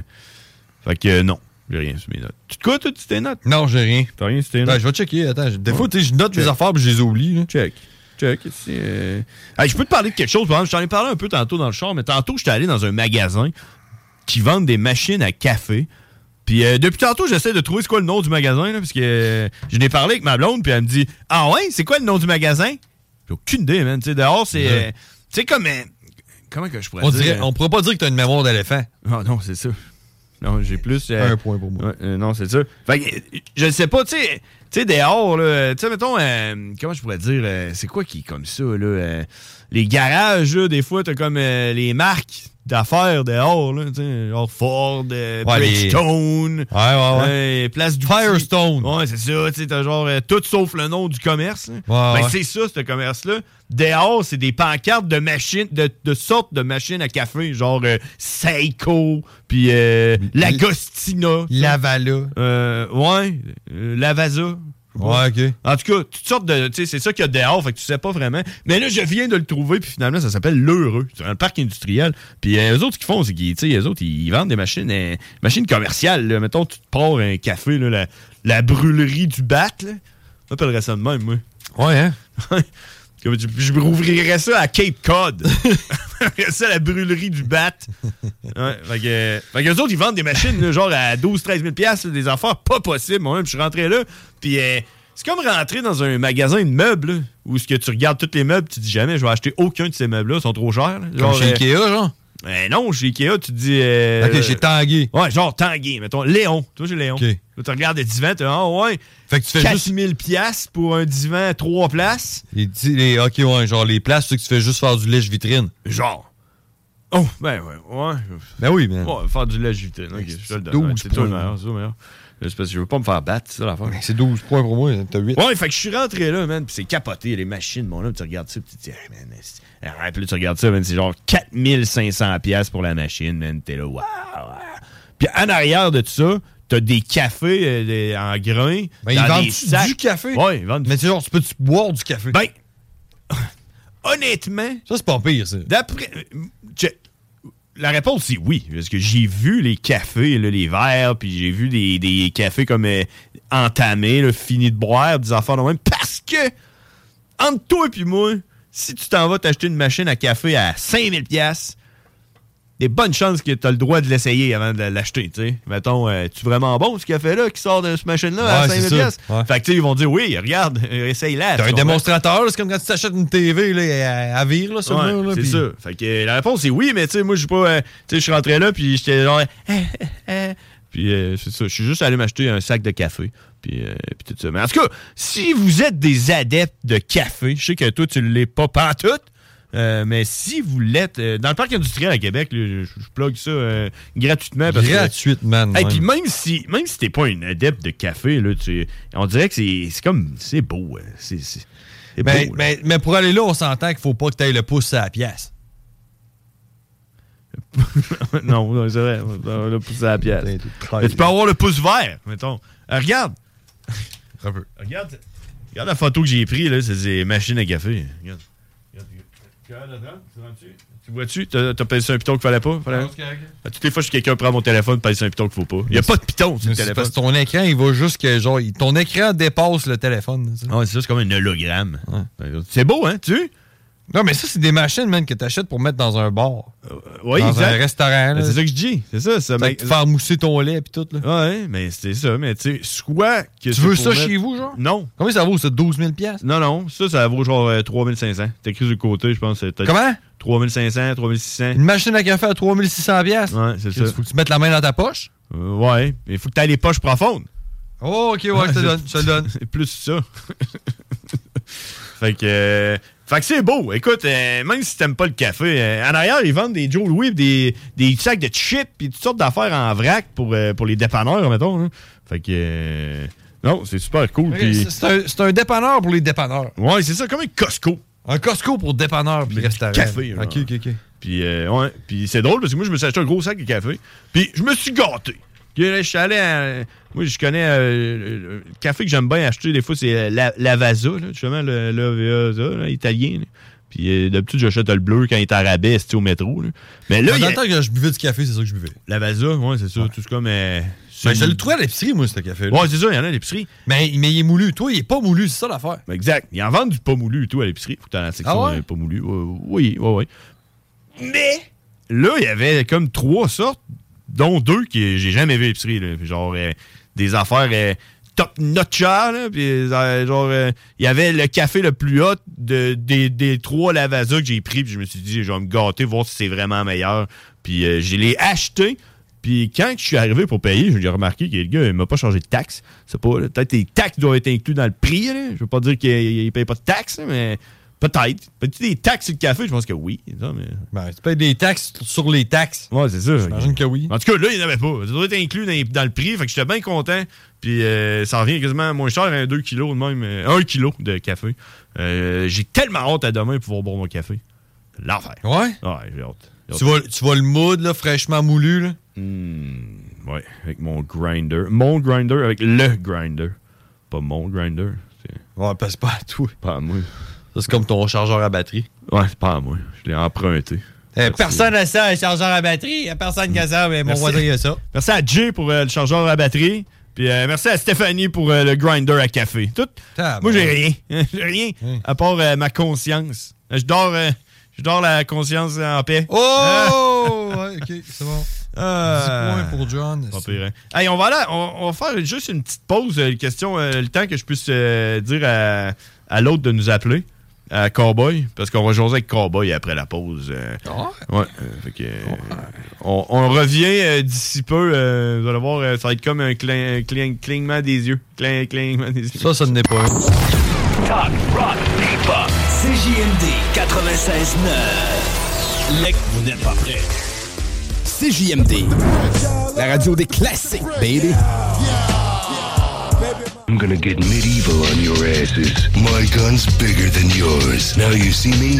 Speaker 9: Fait que euh, non, j'ai rien sur mes notes. Tu te quoi, toi, sur tes notes?
Speaker 6: Non, j'ai rien.
Speaker 9: T'as rien sur tes
Speaker 6: Attends,
Speaker 9: notes?
Speaker 6: je vais checker, attends. je- Des fois, tu sais, je note
Speaker 9: Check.
Speaker 6: les affaires, puis je les oublie, là.
Speaker 9: Check. Check. c'est, euh, hey, je peux te parler de quelque chose, par exemple. Je t'en ai parlé un peu tantôt dans le char, mais tantôt, j'étais allé dans un magasin qui vend des machines à café. Puis euh, depuis tantôt, j'essaie de trouver c'est quoi le nom du magasin, là, parce que euh, je n'ai parlé avec ma blonde, puis elle me dit Ah ouais, c'est quoi le nom du magasin J'ai aucune idée, man. Tu sais, dehors, c'est. euh,
Speaker 6: Ouais.
Speaker 9: tu sais, comme. euh, comment que je pourrais
Speaker 6: On,
Speaker 9: dire euh,
Speaker 6: dirait, on pourrait pas dire que t'as une mémoire d'éléphant.
Speaker 9: Ah non, c'est ça. Non, j'ai plus. euh,
Speaker 6: Un point pour moi.
Speaker 9: ouais, euh, non, c'est ça. Fait que, euh, je sais pas, tu sais, tu sais, dehors, là, tu sais, mettons, euh, comment je pourrais dire, euh, c'est quoi qui est comme ça, là? euh, les garages, là, des fois, t'as comme euh, les marques d'affaires dehors, là, tu sais, genre Ford, euh,
Speaker 6: Ouais, les-
Speaker 9: Bridgestone,
Speaker 6: Ouais, ouais, ouais.
Speaker 9: euh, Place du Firestone. Ouais, c'est ça, tu sais, t'as genre euh, tout sauf le nom du commerce. là.
Speaker 6: Ouais,
Speaker 9: Ben,
Speaker 6: ouais.
Speaker 9: c'est ça, ce commerce-là. Dehors, c'est des pancartes de machines, de, de sortes de machines à café, genre euh, Seiko, puis euh, Lagostina.
Speaker 6: Lavala.
Speaker 9: Euh, ouais, euh, Lavazza.
Speaker 6: Ouais, ok.
Speaker 9: En tout cas, toutes sortes de. Tu sais, c'est ça qu'il y a dehors, fait que tu sais pas vraiment. Mais là, je viens de le trouver, puis finalement, ça s'appelle L'Heureux. C'est un parc industriel. Puis euh, eux autres, ce qu'ils font, c'est qu'ils, tu sais, eux autres, ils vendent des machines, euh, machines commerciales. là. Mettons, tu te pars un café, là, la, la brûlerie du bat, là. On appellerait ça de même, moi.
Speaker 6: Ouais, hein?
Speaker 9: Comme tu- Je rouvrirais ça à Cape Cod. [LAUGHS] ça, la brûlerie du bat. Ouais, fait que, fait que eux autres, ils vendent des machines, là, genre à 12-13 000 piastres, là, des affaires pas possibles. Moi-même, je suis rentré là, puis euh, c'est comme rentrer dans un magasin de meubles, là, où ce que tu regardes tous les meubles, tu dis jamais, je vais acheter aucun de ces meubles-là, ils sont trop chers. là.
Speaker 6: Comme
Speaker 9: Genre,
Speaker 6: chez
Speaker 9: euh,
Speaker 6: Ikea, genre.
Speaker 9: Eh non, chez Ikea, tu te dis. euh,
Speaker 6: Ok, chez
Speaker 9: Tanguy. Ouais, genre Tanguy, mettons. Léon. Toi, j'ai Léon.
Speaker 6: Ok.
Speaker 9: Là, tu regardes le divan, tu ah ouais.
Speaker 6: Fait que tu fais
Speaker 9: 4000 piastres pour un divan à trois places.
Speaker 6: Les, petits- les- ok, ouais, genre les places, ceux que tu fais juste faire du lèche vitrine.
Speaker 9: Genre. Oh, ben ouais, ouais.
Speaker 6: Ben oui, man.
Speaker 9: Ouais, faire du lait vitrine. Ok, je te le donne.
Speaker 6: 12
Speaker 9: Ouais, C'est toi le
Speaker 6: points.
Speaker 9: meilleur, c'est toi le meilleur. Là, C'est parce que je veux pas me faire battre, c'est ça l'affaire.
Speaker 6: C'est 12 points pour moi, t'as 8.
Speaker 9: Ouais, fait que je suis rentré là, man, pis c'est capoté, les machines, mon homme, tu regardes ça, pis tu te dis, ah, man, c'est- ah, pis là, tu regardes ça, man, c'est genre 4500 pièces pour la machine, man, t'es là, waouh, waouh. Puis en arrière de tout ça, t'as des cafés euh, des- en grains.
Speaker 6: Ben, ils
Speaker 9: dans
Speaker 6: vendent
Speaker 9: des sacs.
Speaker 6: du café.
Speaker 9: Ouais, ils vendent
Speaker 6: Mais tu sais, genre, tu peux-tu boire du café?
Speaker 9: Ben, [LAUGHS] honnêtement.
Speaker 6: Ça, c'est pas pire, ça.
Speaker 9: D'après. euh, check. La réponse, c'est oui. Parce que j'ai vu les cafés, là, les verres, puis j'ai vu des, des cafés comme euh, entamés, là, finis de boire, des affaires de même. Parce que, entre toi et puis moi, si tu t'en vas t'acheter une machine à café à 5000$, piastres, des bonnes chances que tu as le droit de l'essayer avant de l'acheter, tu sais. Mettons, euh, tu vraiment bon ce café-là qui sort de cette machine-là à
Speaker 6: Ouais,
Speaker 9: 5000$?
Speaker 6: c'est ça.
Speaker 9: piastres? Fait que, tu sais, ils vont dire, oui, regarde, [LAUGHS] essaye-la.
Speaker 6: T'as
Speaker 9: tu
Speaker 6: un
Speaker 9: comprends?
Speaker 6: démonstrateur, là, c'est comme quand tu t'achètes une TV là, à, à vire là, sur
Speaker 9: Ouais,
Speaker 6: le mur. là,
Speaker 9: c'est
Speaker 6: puis-
Speaker 9: ça. Fait que euh, la réponse c'est oui, mais tu sais, moi, je suis pas. euh, tu sais, je suis rentré là, puis j'étais genre. Puis euh, c'est ça. Je suis juste allé m'acheter un sac de café. Puis, euh, puis tout ça. Mais en tout cas, si vous êtes des adeptes de café, je sais que toi, tu l'es pas pantoute. euh, mais si vous l'êtes, euh, dans le parc industriel à Québec, là, je, je plug ça euh, gratuitement. Parce que-
Speaker 6: Gratuitement,
Speaker 9: Hey,
Speaker 6: même.
Speaker 9: puis même si, même si t'es pas un adepte de café, là, tu- on dirait que c'est c'est comme. C'est beau. hein. C'est c'est- c'est
Speaker 6: Mais,
Speaker 9: beau, là.
Speaker 6: mais, mais pour aller là, on s'entend qu'il faut pas que tu ailles le pouce à la pièce.
Speaker 9: [LAUGHS] non, non, c'est vrai. On a poussé la pièce. Mais tu peux avoir le pouce vert, mettons. Euh,
Speaker 6: [LAUGHS]
Speaker 9: regarde. Regarde. Regarde la photo que j'ai prise, là. C'est des machines à café. Regarde. Tu vois-tu? T'as t'as pèsé sur un piton qu'il fallait pas? Fallait-
Speaker 6: Non, c'est correct.
Speaker 9: À toutes les fois que quelqu'un prend mon téléphone, pèse sur un piton qu'il faut pas. Il n'y a pas de piton sur le
Speaker 6: Mais c'est
Speaker 9: téléphone.
Speaker 6: Parce que ton écran, il va juste que genre, il- ton écran dépasse le téléphone.
Speaker 9: Ah, c'est ça, c'est comme un hologramme. C'est beau, hein, tu?
Speaker 6: Non, mais ça, c'est des machines, man, que t'achètes pour mettre dans un bar.
Speaker 9: Oui,
Speaker 6: dans un
Speaker 9: Euh, exact.
Speaker 6: restaurant.
Speaker 9: Ben,
Speaker 6: là.
Speaker 9: C'est ça que je dis. C'est ça. ça
Speaker 6: Fait que faire mousser ton lait puis tout. Là.
Speaker 9: Ouais, mais c'est ça. Mais tu sais, soit que
Speaker 6: Tu
Speaker 9: c'est
Speaker 6: veux
Speaker 9: pour
Speaker 6: ça
Speaker 9: mettre-
Speaker 6: chez vous, genre?
Speaker 9: Non.
Speaker 6: Combien ça vaut, ça? 12 000 piastres?
Speaker 9: Non, non. Ça, ça vaut genre euh, 3500. T'as écrit du côté, je pense. c'est peut-être
Speaker 6: Comment?
Speaker 9: 3500, 3600.
Speaker 6: Une machine à café à 3600 piastres?
Speaker 9: Ouais, c'est
Speaker 6: Chris,
Speaker 9: ça.
Speaker 6: Faut que tu mettes la main dans ta poche?
Speaker 9: Euh, ouais, mais il faut que t'aies les poches profondes.
Speaker 6: Oh, ok, ouais, je te donne, je te donne.
Speaker 9: C'est [LAUGHS] plus ça. fait que. euh, fait que c'est beau. Écoute, euh, même si t'aimes pas le café, euh, en arrière, ils vendent des Joe Louis, pis des, des sacs de chips, puis toutes sortes d'affaires en vrac pour, euh, pour les dépanneurs, mettons. là. Fait que. euh, non, c'est super cool.
Speaker 6: Ok,
Speaker 9: pis-
Speaker 6: c'est- C'est un, c'est un dépanneur pour les dépanneurs.
Speaker 9: Ouais, c'est ça, comme un Costco.
Speaker 6: Un Costco pour dépanneurs puis restaurant.
Speaker 9: café.
Speaker 6: Ok, ok, ok.
Speaker 9: Puis, euh, ouais. Puis c'est drôle parce que moi, je me suis acheté un gros sac de café. Puis je me suis gâté. Que là, Je suis allé à- Moi, je connais euh, le- le café que j'aime bien acheter des fois, c'est euh, la, Lavazza, là, justement, le, le VAZA, là, italien. là. Puis euh, d'habitude, j'achète le bleu quand il est à rabais, c'est au métro. là. Mais là,
Speaker 6: Dans
Speaker 9: il y a-
Speaker 6: le temps que je buvais du café, c'est ça que je buvais.
Speaker 9: Lavazza, ouais, c'est ça. Tout ce comme. euh, Mais
Speaker 6: Ben, je le trouvais à l'épicerie, moi, ce café-là.
Speaker 9: Ouais, c'est ça, il y en a à l'épicerie.
Speaker 6: Mais, mais il est moulu. Toi, il est pas moulu, c'est ça l'affaire.
Speaker 9: Exact. Ils en vendent du pas moulu et tout à l'épicerie. Faut que t'as la section
Speaker 6: Ah ouais?
Speaker 9: euh, pas moulu. Euh, oui, oui, oui. Mais là, il y avait comme trois sortes, dont deux que j'ai jamais vu à l'épicerie. là. Puis Genre euh, des affaires euh, top notch Puis euh, genre, euh, il y avait le café le plus hot de, des, des trois Lavazza que j'ai pris. Puis je me suis dit, je vais me gâter, voir si c'est vraiment meilleur. Puis euh, je l'ai acheté. Puis quand je suis arrivé pour payer, j'ai remarqué que le gars, il m'a pas changé de taxe. C'est pas, là, peut-être les taxes doivent être incluses dans le prix. Là. Je veux pas dire qu'il ne paye pas de taxes, là, mais peut-être. Peut-être des taxes sur le café, je pense que oui. ça, mais...
Speaker 6: Ben, tu payes des taxes sur les taxes.
Speaker 9: Ouais, c'est ça.
Speaker 6: J'imagine que oui.
Speaker 9: En tout cas, là, il n'y en avait pas. Ça doit être inclus dans, les- dans le prix. Fait que j'étais bien content. Puis euh, ça revient quasiment moins cher, hein, 2 kilos de même. 1 kilo de café. Euh, j'ai tellement hâte à demain de pouvoir boire mon café. L'enfer.
Speaker 6: Ouais? Ouais,
Speaker 9: j'ai hâte. J'ai
Speaker 6: Tu
Speaker 9: hâte.
Speaker 6: vas, tu vas le mood, là, fraîchement moulu, là.
Speaker 9: Ouais, avec mon grinder. Mon grinder avec le grinder. Pas mon grinder.
Speaker 6: Ouais, passe pas à tout.
Speaker 9: Pas à moi.
Speaker 6: Ça, c'est comme ton chargeur à batterie. Eh,
Speaker 9: Ouais, c'est pas à moi. Je l'ai emprunté. Merci.
Speaker 6: personne n'a ça, un chargeur à batterie. Il a personne qui a ça, mais mon
Speaker 9: Merci.
Speaker 6: voisin, il a ça.
Speaker 9: Merci à Jay pour euh, le chargeur à batterie. Puis euh, merci à Stéphanie pour euh, le grinder à café. Tout.
Speaker 6: Ah,
Speaker 9: Moi,
Speaker 6: ben
Speaker 9: j'ai rien. [LAUGHS] j'ai rien.
Speaker 6: Hein?
Speaker 9: À part euh, ma conscience. Je dors, euh, je dors la conscience en paix. Ah!
Speaker 6: Oh! ouais, ok, c'est bon. 10 points pour John.
Speaker 9: Euh, Pas pire, hein. Hey, on va là, on, on va faire juste une petite pause, euh, question, euh, le temps que je puisse euh, dire à, à l'autre de nous appeler. à Cowboy, parce qu'on va jaser avec Cowboy après la pause. euh, ouais, euh, fait que, euh, on, on revient euh, d'ici peu. euh, vous allez voir, euh, ça va être comme un clin- un clin- clignement des yeux. Clin- clignement des yeux. Ça, ça n'est pas
Speaker 7: Talk, rock, hip-hop. CJMD 96.9. Lec, vous n'êtes pas prêts.
Speaker 17: CJMD, la radio des classiques, baby.
Speaker 7: I'm gonna get medieval on your asses. My gun's bigger than yours. Now you see me?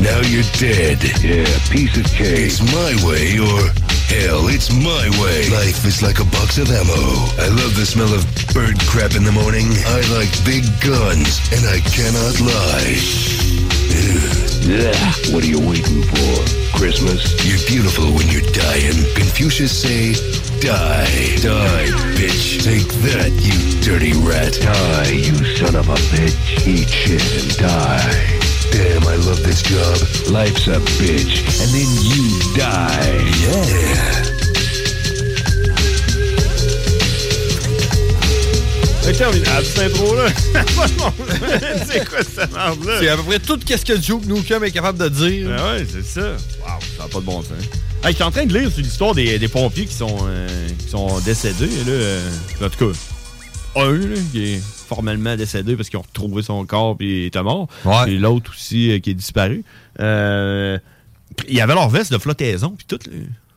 Speaker 7: Now you're dead. Yeah, piece of cake. It's my way or hell, it's my way. Life is like a box of ammo. I love the smell of bird crap in the morning. I like big guns, and I cannot lie. Yeah, what are you waiting for? Christmas? You're beautiful when you're dying. Confucius say, die, die, bitch. Take that, you dirty rat. Die, you son of a bitch. Eat shit and die. Damn, I love this job. Life's a bitch. And then you die. Yeah.
Speaker 6: Ah,
Speaker 9: Interminable, cette
Speaker 6: [LAUGHS]
Speaker 9: intro-là. c'est quoi cette merde-là?
Speaker 6: C'est à peu près tout ce que Duke Nukem est capable de dire.
Speaker 9: Ben ouais, c'est ça. Wow, ça n'a pas de bon sens. Hey, je suis en train de lire sur l'histoire des, des pompiers qui sont, euh, qui sont décédés. Là, euh, en tout cas, un là, qui est formellement décédé parce qu'ils ont retrouvé son corps et il était mort. Et l'autre aussi euh, qui est disparu. Euh, il y avait leur veste de flottaison puis tout.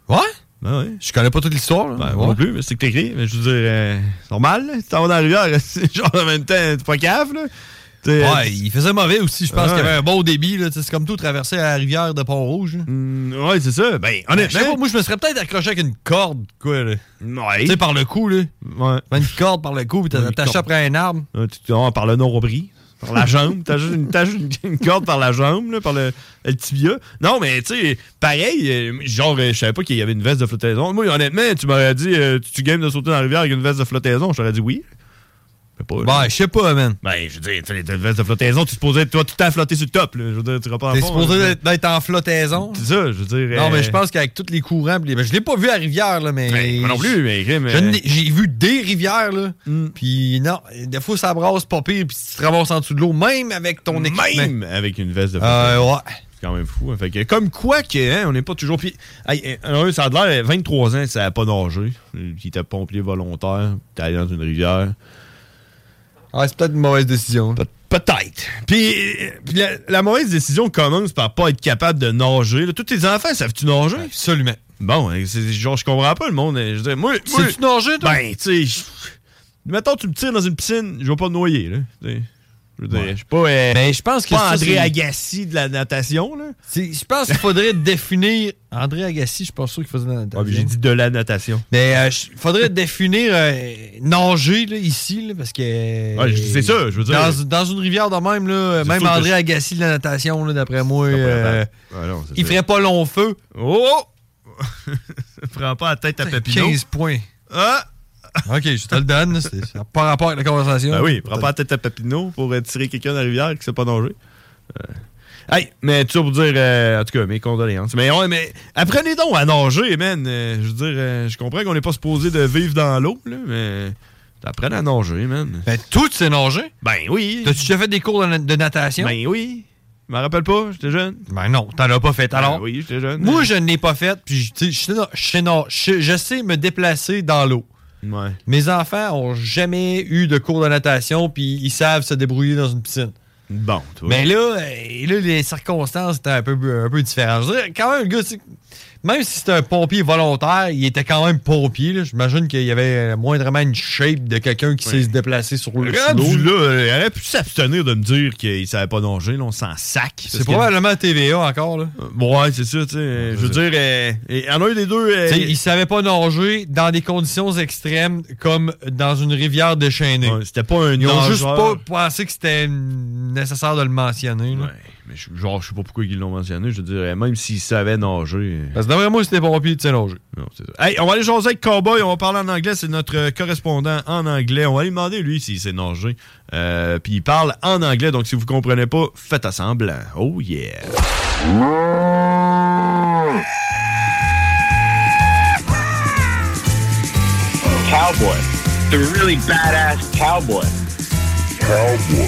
Speaker 6: Ouais?
Speaker 9: Ben ouais.
Speaker 6: Je connais pas toute l'histoire. là.
Speaker 9: Ben, moi
Speaker 6: Ouais.
Speaker 9: Non plus, mais c'est que t'écris. Mais je veux dire, euh, c'est normal. là, Si t'en vas dans la rivière, [LAUGHS] c'est genre en même temps, t'es pas cave. Là. T'es- euh, Ah
Speaker 6: Ouais, il faisait mauvais aussi. Je pense
Speaker 9: Ouais.
Speaker 6: qu'il y avait un bon débit. là. Tu sais, C'est comme tout traverser la rivière de Pont-Rouge.
Speaker 9: ouais, c'est ça. Ben, honnêtement-
Speaker 6: moi, je me serais peut-être accroché avec une corde, quoi. Là.
Speaker 9: Ouais.
Speaker 6: Tu sais, par le cou, là.
Speaker 9: Ouais.
Speaker 6: [LAUGHS] Une corde par le cou, puis t'as
Speaker 9: Ouais, une
Speaker 6: attaché
Speaker 9: corde.
Speaker 6: après un arbre.
Speaker 9: Ouais, tu- ah, par le nombril, par la jambe. T'as juste une, t'as juste une- une corde par la jambe, là, par le, le tibia. Non, mais tu sais, pareil, euh, genre, euh, je savais pas qu'il y avait une veste de flottaison. Moi, honnêtement, tu m'aurais dit, euh, tu, tu games de sauter dans la rivière avec une veste de flottaison. Je t'aurais dit oui.
Speaker 6: Ben, je sais pas, man.
Speaker 9: Ben, je veux dire, tu sais, t'as une veste de flottaison, tu es supposé, toi, tout le temps flotter sur le top. là. Je veux dire, tu repars en
Speaker 6: T'es
Speaker 9: fond,
Speaker 6: supposé
Speaker 9: là.
Speaker 6: d'être- d'être en flottaison.
Speaker 9: C'est ça, je veux dire.
Speaker 6: Non, mais je
Speaker 9: euh,
Speaker 6: pense qu'avec tous les courants, pis les- ben, je l'ai pas vu à Rivière, là, mais.
Speaker 9: moi non plus, mais. mais- Mm.
Speaker 6: Je n'ai- J'ai vu des rivières, là. Puis non, des fois, ça brasse pas pire, puis tu te ramasses en dessous de l'eau, même avec ton équipement.
Speaker 9: Même avec une veste de
Speaker 6: Euh,
Speaker 9: flottaison.
Speaker 6: ouais.
Speaker 9: C'est quand même fou. hein. Fait que, comme quoi que, hein, on n'est pas toujours. Puis, hey, hey, alors, eux, ça a de l'air, 23 ans, ça n'a pas nagé. Euh, Il était pompier volontaire, il était allé dans une rivière.
Speaker 6: Ouais, Ah, c'est peut-être une mauvaise décision.
Speaker 9: peut-être. Puis, euh, puis la, la mauvaise décision commence par pas être capable de nager. là. Tous tes enfants, savent-tu nager?
Speaker 6: Absolument.
Speaker 9: Bon, hein, c'est, genre, je comprends pas le monde. hein. Je veux dire, moi, moi-
Speaker 6: Sais-tu nager, toi?
Speaker 9: Ben, tu sais, je- mettons, tu me tires dans une piscine, je vais pas me noyer, là. Tu sais, Je veux dire, je suis pas. euh,
Speaker 6: Mais Ben, je pense que
Speaker 9: pas
Speaker 6: ça,
Speaker 9: André
Speaker 6: c'est-
Speaker 9: Agassi de la natation, là.
Speaker 6: Je pense qu'il faudrait [LAUGHS] définir. André Agassi, je suis pas sûr qu'il faisait de la natation.
Speaker 9: Ah, J'ai dit de la natation.
Speaker 6: Mais il faudrait définir euh, nager là, ici, là, parce que.
Speaker 9: Ouais, je- c'est ça, je veux dire.
Speaker 6: Dans, dans une rivière de même, là, euh,
Speaker 9: C'est
Speaker 6: même
Speaker 9: sûr que
Speaker 6: André
Speaker 9: je-
Speaker 6: Agassi de la natation, là, d'après moi, euh,
Speaker 9: Ouais, non, c'est
Speaker 6: il
Speaker 9: ça.
Speaker 6: ferait pas long feu.
Speaker 9: Oh! [LAUGHS] Prends pas la tête à Papineau.
Speaker 6: 15 points.
Speaker 9: Ah!
Speaker 6: Ok, je te
Speaker 9: [LAUGHS]
Speaker 6: le donne. c'est- Ça n'a pas rapport avec la conversation.
Speaker 9: Ben oui, prends pas la tête à Papineau pour euh, tirer quelqu'un dans la rivière qui sait pas nager. Euh, Hey, mais tu pour dire, euh, en tout cas, mes condoléances. Mais, ouais, mais apprenez donc à nager, man. Euh, je veux dire, euh, je comprends qu'on n'est pas supposé de vivre dans l'eau, là, mais t'apprends à nager, man.
Speaker 6: Ben, tout, c'est nager.
Speaker 9: Ben oui.
Speaker 6: T'as-tu déjà fait des cours de, na- de natation?
Speaker 9: Ben oui. Je m'en rappelle pas, j'étais jeune.
Speaker 6: Ben non, t'en as pas fait. Alors,
Speaker 9: Ben oui, j'étais jeune.
Speaker 6: moi, je n'ai pas fait. Puis, je- tu sais, je sais na- je sais na- je- je sais me déplacer dans l'eau.
Speaker 9: Ouais.
Speaker 6: Mes enfants ont jamais eu de cours de natation, puis ils savent se débrouiller dans une piscine.
Speaker 9: Bon, toi.
Speaker 6: Mais là, euh, là, les circonstances étaient un peu, un peu différentes. Je veux dire, quand même, le gars, c'est- même si c'était un pompier volontaire, il était quand même pompier. là. J'imagine qu'il y avait euh, moindrement une shape de quelqu'un qui sait se déplacer sur le sous
Speaker 9: Rendu
Speaker 6: l'eau.
Speaker 9: là, euh, il aurait pu s'abstenir de me dire qu'il savait pas nager, là, on s'en sac.
Speaker 6: C'est probablement TVA encore. Là.
Speaker 9: Ouais, c'est ça, tu sais. euh, Je veux dire, euh, il y en a eu des deux. euh,
Speaker 6: Tu sais, il savait pas nager dans des conditions extrêmes comme dans une rivière déchaînée.
Speaker 9: c'était pas un
Speaker 6: Ils ont juste pas
Speaker 9: nageur.
Speaker 6: pensé que c'était nécessaire de le mentionner. là.
Speaker 9: Mais je- genre, je sais pas pourquoi ils l'ont mentionné. Je dirais, même s'ils savaient nager. euh,
Speaker 6: Parce que d'après moi, c'était pompier, tu sais nager.
Speaker 9: Non, c'est ça. Hey, on va aller jaser avec Cowboy. On va parler en anglais. C'est notre euh, correspondant en anglais. On va lui demander, lui, s'il sait nager. Euh, Puis il parle en anglais. Donc, si vous comprenez pas, faites à semblant. Oh yeah.
Speaker 18: Cowboy. The really badass cowboy.
Speaker 19: Cowboy.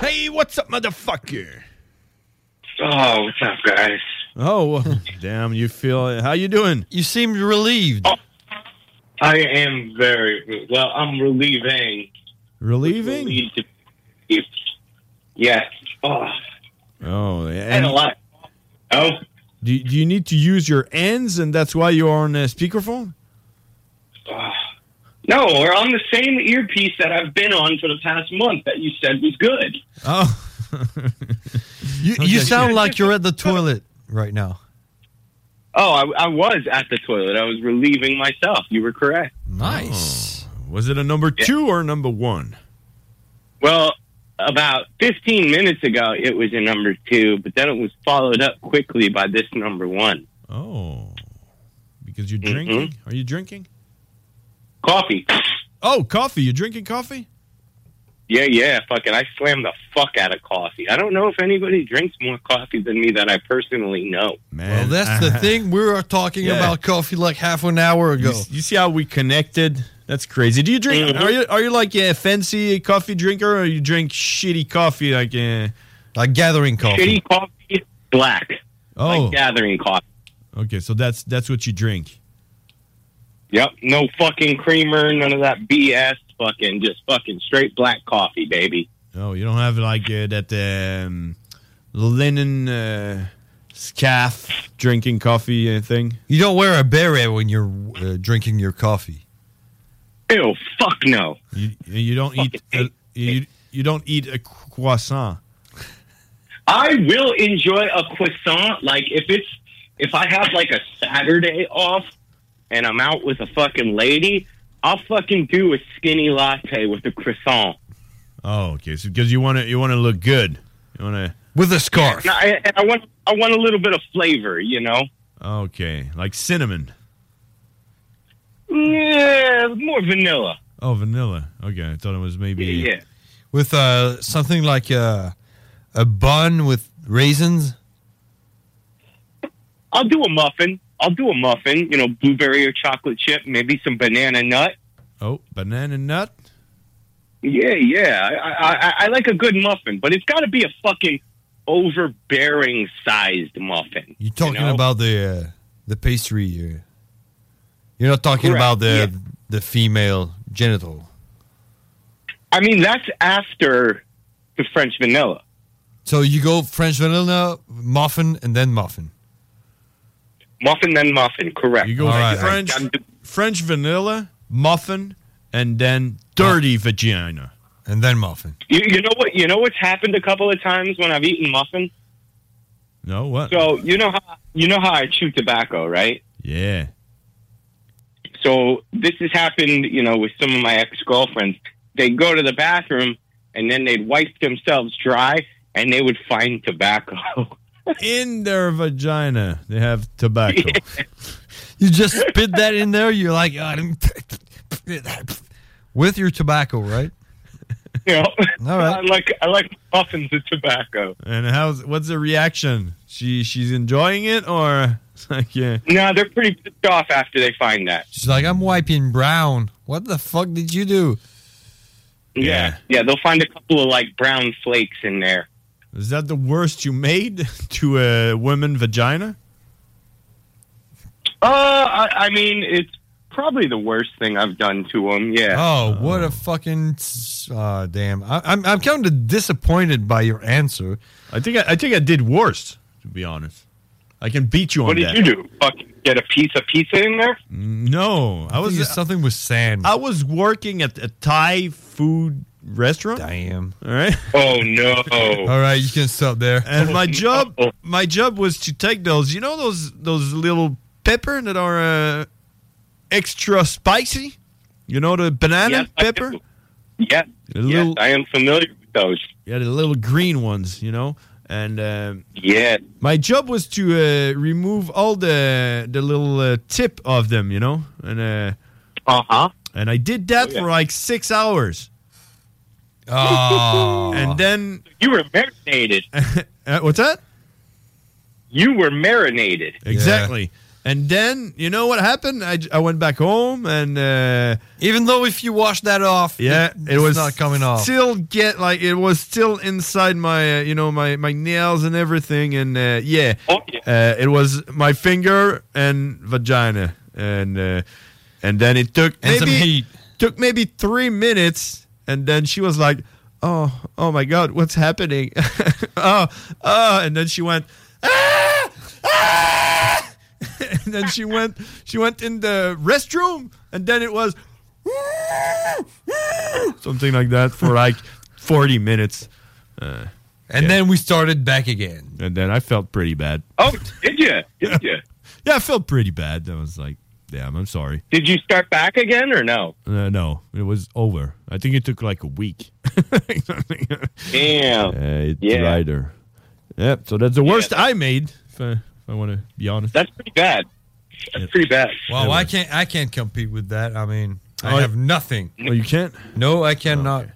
Speaker 20: Hey, what's up, motherfucker?
Speaker 18: Oh, what's up, guys?
Speaker 20: Oh, [LAUGHS] damn! You feel? How you doing? You seem relieved.
Speaker 18: I am very, well, I'm relieving.
Speaker 20: Relieving?
Speaker 18: Relieved to be- Yes. Oh,
Speaker 20: Oh,
Speaker 18: and a lot. Oh,
Speaker 20: Do, do you need to use your ends, and that's why you're on a speakerphone?
Speaker 18: oh. No, we're on the same earpiece that I've been on for the past month that you said was good.
Speaker 9: [LAUGHS]
Speaker 6: Oh. you you sound like you're at the toilet right now.
Speaker 18: Oh, I, I was at the toilet. I was relieving myself. You were correct.
Speaker 20: Nice. Oh. Was it a number two or number one?
Speaker 18: Well, about 15 minutes ago, it was a number two, but then it was followed up quickly by this number one. Mm-hmm.
Speaker 20: Oh, because you're drinking. Are you drinking?
Speaker 18: Coffee.
Speaker 20: Oh, coffee. You're drinking coffee?
Speaker 18: Yeah, yeah, fucking. I slammed the fuck out of coffee. I don't know if anybody drinks more coffee than me that I personally know.
Speaker 20: Man,
Speaker 6: Well,
Speaker 20: [LAUGHS]
Speaker 6: that's the thing. We were talking
Speaker 18: Yeah.
Speaker 6: about coffee like half an hour ago.
Speaker 20: uh, You, you see how we connected? That's crazy. Do you drink?
Speaker 18: Mm-hmm.
Speaker 6: Mhm.
Speaker 20: Are you are you like a fancy coffee drinker, or you drink shitty coffee like uh, a like gathering
Speaker 18: Shitty coffee, black.
Speaker 20: Oh,
Speaker 18: Like gathering coffee.
Speaker 20: okay. So that's that's what you drink.
Speaker 18: Yep. No fucking creamer, none of that BS. Fucking just fucking straight black coffee, baby.
Speaker 20: No, you don't have like uh, that um, linen uh, scarf drinking coffee uh, thing.
Speaker 6: You don't wear a beret when you're uh, drinking your coffee.
Speaker 18: Ew! Fuck no.
Speaker 20: You you don't eat a, you you don't eat a croissant.
Speaker 18: I will enjoy a croissant. Like if it's if I have like a Saturday off and I'm out with a fucking lady, I'll fucking do a skinny latte with a croissant.
Speaker 20: Oh, okay. So because you want to you want to look good. You want to with a scarf.
Speaker 18: And I, and I want I want a little bit of flavor, you know.
Speaker 20: Okay, like cinnamon.
Speaker 18: Yeah, more vanilla.
Speaker 20: Oh, vanilla. Okay, I thought it was maybe.
Speaker 18: Yeah.
Speaker 6: With uh, something like a, a bun with raisins.
Speaker 18: I'll do a muffin. I'll do a muffin. You know, blueberry or chocolate chip, maybe some banana nut.
Speaker 20: Oh, banana nut.
Speaker 18: Yeah, yeah. I, I, I- I like a good muffin, but it's got to be a fucking overbearing sized muffin.
Speaker 6: You're talking about the uh, the pastry. Uh, you're not talking
Speaker 18: Correct,
Speaker 6: about the the female genital.
Speaker 18: I mean, that's after the French vanilla.
Speaker 6: So you go French vanilla muffin and then muffin.
Speaker 18: Muffin then muffin, correct.
Speaker 20: You go French French vanilla muffin, and then dirty vagina,
Speaker 6: and then muffin.
Speaker 18: You, you know what? You know what's happened a couple of times when I've eaten muffin.
Speaker 20: No, what?
Speaker 18: So you know how you know how I chew tobacco, right?
Speaker 20: Yeah.
Speaker 18: So this has happened, you know, with some of my ex girlfriends. They go to the bathroom and then they'd wipe themselves dry and they would find tobacco.
Speaker 20: in their vagina. They have tobacco.
Speaker 6: You just spit that in there. You're like,
Speaker 20: "Oh,
Speaker 6: "Ah, dum- with your tobacco, right?
Speaker 18: You know,
Speaker 6: All right.
Speaker 18: I like I like muffins with tobacco.
Speaker 20: And how's what's the reaction? She she's enjoying it or it's like [LAUGHS] yeah.
Speaker 18: No, they're pretty pissed off after they find that.
Speaker 6: She's like, I'm wiping brown. What the fuck did you do?
Speaker 18: Yeah. yeah, they'll find a couple of like brown flakes in there.
Speaker 20: Is that the worst you made [LAUGHS] to a woman vagina?
Speaker 18: Uh, I, I mean, it's probably the worst thing I've done to them. Yeah.
Speaker 6: Oh, what a fucking s- ah damn! I, I'm I'm kind of disappointed by your answer.
Speaker 20: I think I, I think I did worse. To be honest, I can beat you on
Speaker 18: What did
Speaker 20: that.
Speaker 18: you do? Fucking get a piece of pizza in there?
Speaker 20: No, I, was
Speaker 6: something with sand.
Speaker 20: I was working at a Thai food restaurant.
Speaker 6: Damn.
Speaker 20: All right.
Speaker 18: Oh no. Oh,
Speaker 6: All right, you can stop there.
Speaker 18: [LAUGHS]
Speaker 20: And my job, my job was to take those. You know those those little pepper that are uh, extra spicy. You know the banana
Speaker 18: Yes, I
Speaker 20: pepper.
Speaker 18: Yeah. Yes, I am familiar with those.
Speaker 20: Yeah, the little green ones, you know. And uh,
Speaker 18: yeah,
Speaker 20: my job was to uh, remove all the the little uh, tip of them, you know. And uh
Speaker 18: huh.
Speaker 20: And I did that for like six hours.
Speaker 18: Oh.
Speaker 20: and then Uh,
Speaker 18: you were
Speaker 20: [LAUGHS]
Speaker 18: marinated.
Speaker 20: what's that?
Speaker 18: You were marinated.
Speaker 20: Exactly. And then you know what happened? I, j- I went back home and uh,
Speaker 6: even though if you wash that off,
Speaker 20: yeah,
Speaker 6: it-
Speaker 20: it
Speaker 6: it's
Speaker 20: was
Speaker 6: not coming off.
Speaker 20: Still get like it was still inside my uh, you know my my nails and everything and uh, yeah, Uh, it was my finger and vagina and uh, and then it took
Speaker 6: And
Speaker 20: maybe
Speaker 6: some heat.
Speaker 20: [LAUGHS] took maybe three minutes and then she was like, oh oh my god, what's happening? [LAUGHS] oh oh, and then she went. "Ah, [LAUGHS] and then she went she went in the restroom and then it was "Ah, something like that for like 40 minutes uh, and
Speaker 6: then we started back again
Speaker 20: and then i felt pretty
Speaker 18: [LAUGHS]
Speaker 20: bad
Speaker 18: Oh, did you? Did you?
Speaker 20: [LAUGHS] yeah i felt pretty bad i was like damn i'm sorry
Speaker 18: Did you start back again or no?
Speaker 20: uh, no it was over i think it took like a week
Speaker 18: Damn.
Speaker 20: Uh, it's
Speaker 18: Yeah.
Speaker 20: rider yep so that's the worst i made if i, if I want to be honest
Speaker 18: that's pretty bad that's pretty bad
Speaker 6: Well, I can't. I can't compete with that. I mean,
Speaker 20: Oh,
Speaker 6: I have nothing.
Speaker 20: Oh, you can't.
Speaker 6: No, I cannot.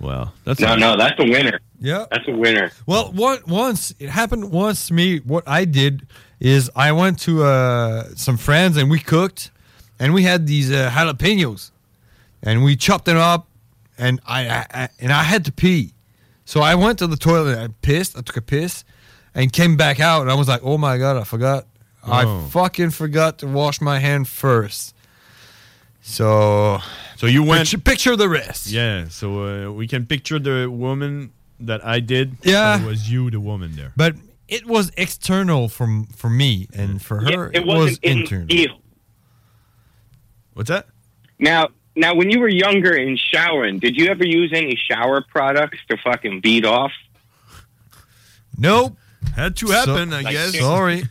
Speaker 20: well that's
Speaker 18: no, no, that's a winner.
Speaker 6: Yeah.
Speaker 18: That's a winner.
Speaker 6: Well, one, once it happened once to me. What I did is I went to uh, some friends and we cooked, and we had these uh, jalapenos, and we chopped them up, and I, I, I and I had to pee, so I went to the toilet. I pissed. I took a piss, and came back out, and I was like, "Oh my god, I forgot!
Speaker 20: Oh.
Speaker 6: I fucking forgot to wash my hand first. So,
Speaker 20: Oh, so you went
Speaker 6: picture, picture the rest.
Speaker 20: Yeah, so uh, we can picture the woman that I did.
Speaker 6: Yeah.
Speaker 20: it was you, the woman there.
Speaker 6: But it was external from for me and for
Speaker 18: Mm. Yeah,
Speaker 6: her.
Speaker 18: it wasn't in
Speaker 6: internal.
Speaker 18: deal.
Speaker 20: What's that?
Speaker 18: Now, now, when you were younger and showering, did you ever use any shower products to fucking beat off?
Speaker 6: Nope.
Speaker 20: Had to
Speaker 6: So-
Speaker 20: happen, I
Speaker 6: Like,
Speaker 20: guess.
Speaker 6: sorry.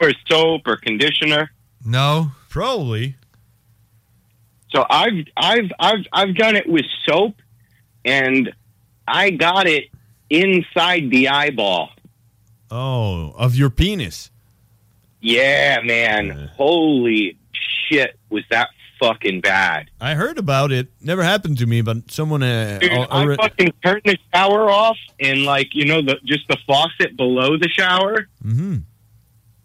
Speaker 18: Or soap or conditioner?
Speaker 6: No.
Speaker 20: Probably.
Speaker 18: So I've I've I've I've done it with soap, and I got it inside the eyeball.
Speaker 20: Oh, of your penis.
Speaker 18: Yeah, man. Holy shit, was that fucking bad?
Speaker 20: I heard about it. Never happened to me, but someone. Uh,
Speaker 18: Dude,
Speaker 20: al-
Speaker 18: I
Speaker 20: alre-
Speaker 18: fucking turned the shower off and like you know the just the faucet below the shower.
Speaker 20: Mhm.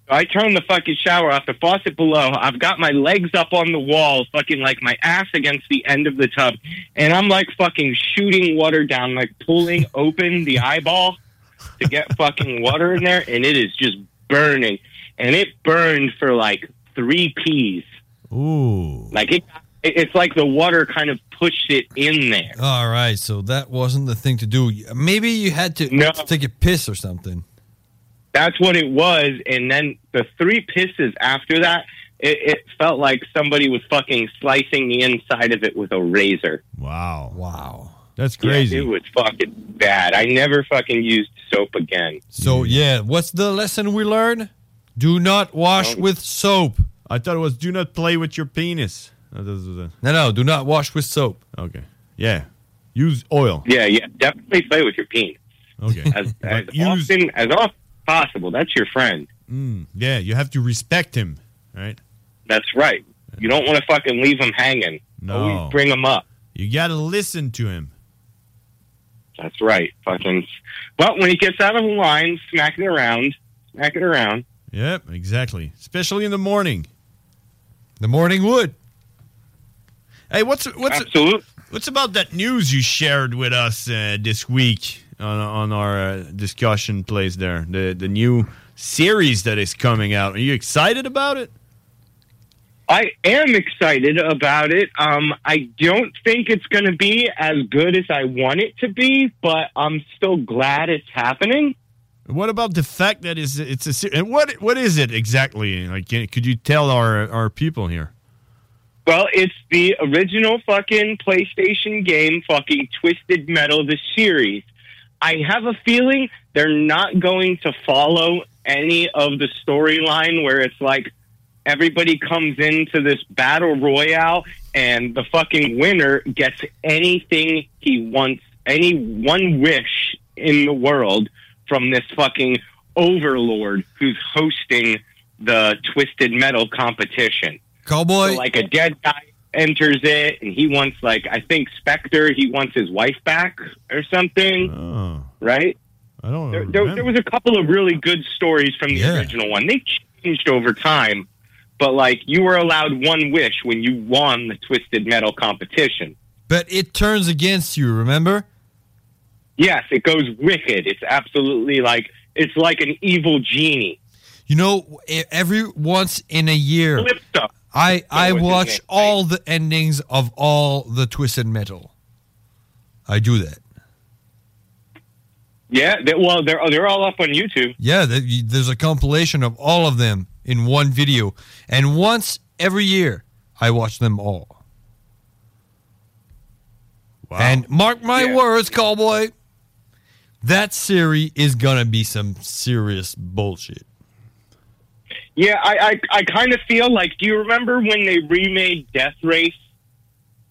Speaker 18: I turned the fucking shower off, the faucet below. I've got my legs up on the wall, fucking like my ass against the end of the tub, and I'm like fucking shooting water down, like pulling open the eyeball to get fucking water in there, and it is just burning, and it burned for like three p's.
Speaker 20: Ooh.
Speaker 18: Like it, it's like the water kind of pushed it in there.
Speaker 6: All right, so that wasn't the thing to do. Maybe you had to, to take a piss or something.
Speaker 18: That's what it was. And then the three pisses after that, it, it felt like somebody was fucking slicing the inside of it with a razor.
Speaker 20: Wow.
Speaker 6: Wow.
Speaker 20: That's
Speaker 18: crazy. it was fucking bad. I never fucking used soap again.
Speaker 6: So yeah, what's the lesson we learned? Do not wash with soap.
Speaker 20: I thought it was do not play with your penis. No,
Speaker 6: no, do not wash with soap.
Speaker 20: Okay. Yeah. Use oil.
Speaker 18: Yeah, yeah. Definitely play with your penis.
Speaker 20: Okay.
Speaker 18: As, as, often, as often as possible. That's your friend.
Speaker 20: Mm, yeah, you have to respect him, right?
Speaker 18: That's right. You don't want to fucking leave them hanging.
Speaker 20: No.
Speaker 18: Always bring them up.
Speaker 20: You got to listen to him.
Speaker 18: That's right. Fucking. But when he gets out of line, smack it around. Smack it around.
Speaker 20: Yep, exactly. Especially in the morning.
Speaker 6: The morning wood.
Speaker 20: Hey, what's what's what's about that news you shared with us uh, this week on on our uh, discussion place there? The the new series that is coming out. Are you excited about it?
Speaker 18: I am excited about it. Um, I don't think it's going to be as good as I want it to be, but I'm still glad it's happening.
Speaker 20: What about the fact that is it's a ser- and what what is it exactly? Like, can- could you tell our our people here?
Speaker 18: Well, it's the original fucking PlayStation game, fucking Twisted Metal, the series. I have a feeling they're not going to follow any of the storyline where it's like, everybody comes into this battle royale, and the fucking winner gets anything he wants, any one wish in the world from this fucking overlord who's hosting the twisted metal competition.
Speaker 6: Cowboy.
Speaker 18: So, like a dead guy enters it, and he wants like I think Spectre. He wants his wife back or something, right?
Speaker 20: Oh. I don't
Speaker 18: There, there, there was a couple of really good stories from the original one. They changed over time, but like you were allowed one wish when you won the twisted metal competition.
Speaker 6: But it turns against you, remember?
Speaker 18: Yes, it goes wicked. It's absolutely like it's like an evil genie.
Speaker 6: You know, e- every once in a year, I I
Speaker 18: it's in
Speaker 6: watch
Speaker 18: it,
Speaker 6: all the endings of all the Twisted Metal. I do that.
Speaker 18: Yeah, they, well, they're they're all up on YouTube.
Speaker 6: Yeah, that you- there's a compilation of all of them in one video, and once every year, I watch them all. And mark my words, cowboy, that series is gonna be some serious bullshit.
Speaker 18: Yeah, I I, I kind of feel like. Do you remember when they remade Death Race,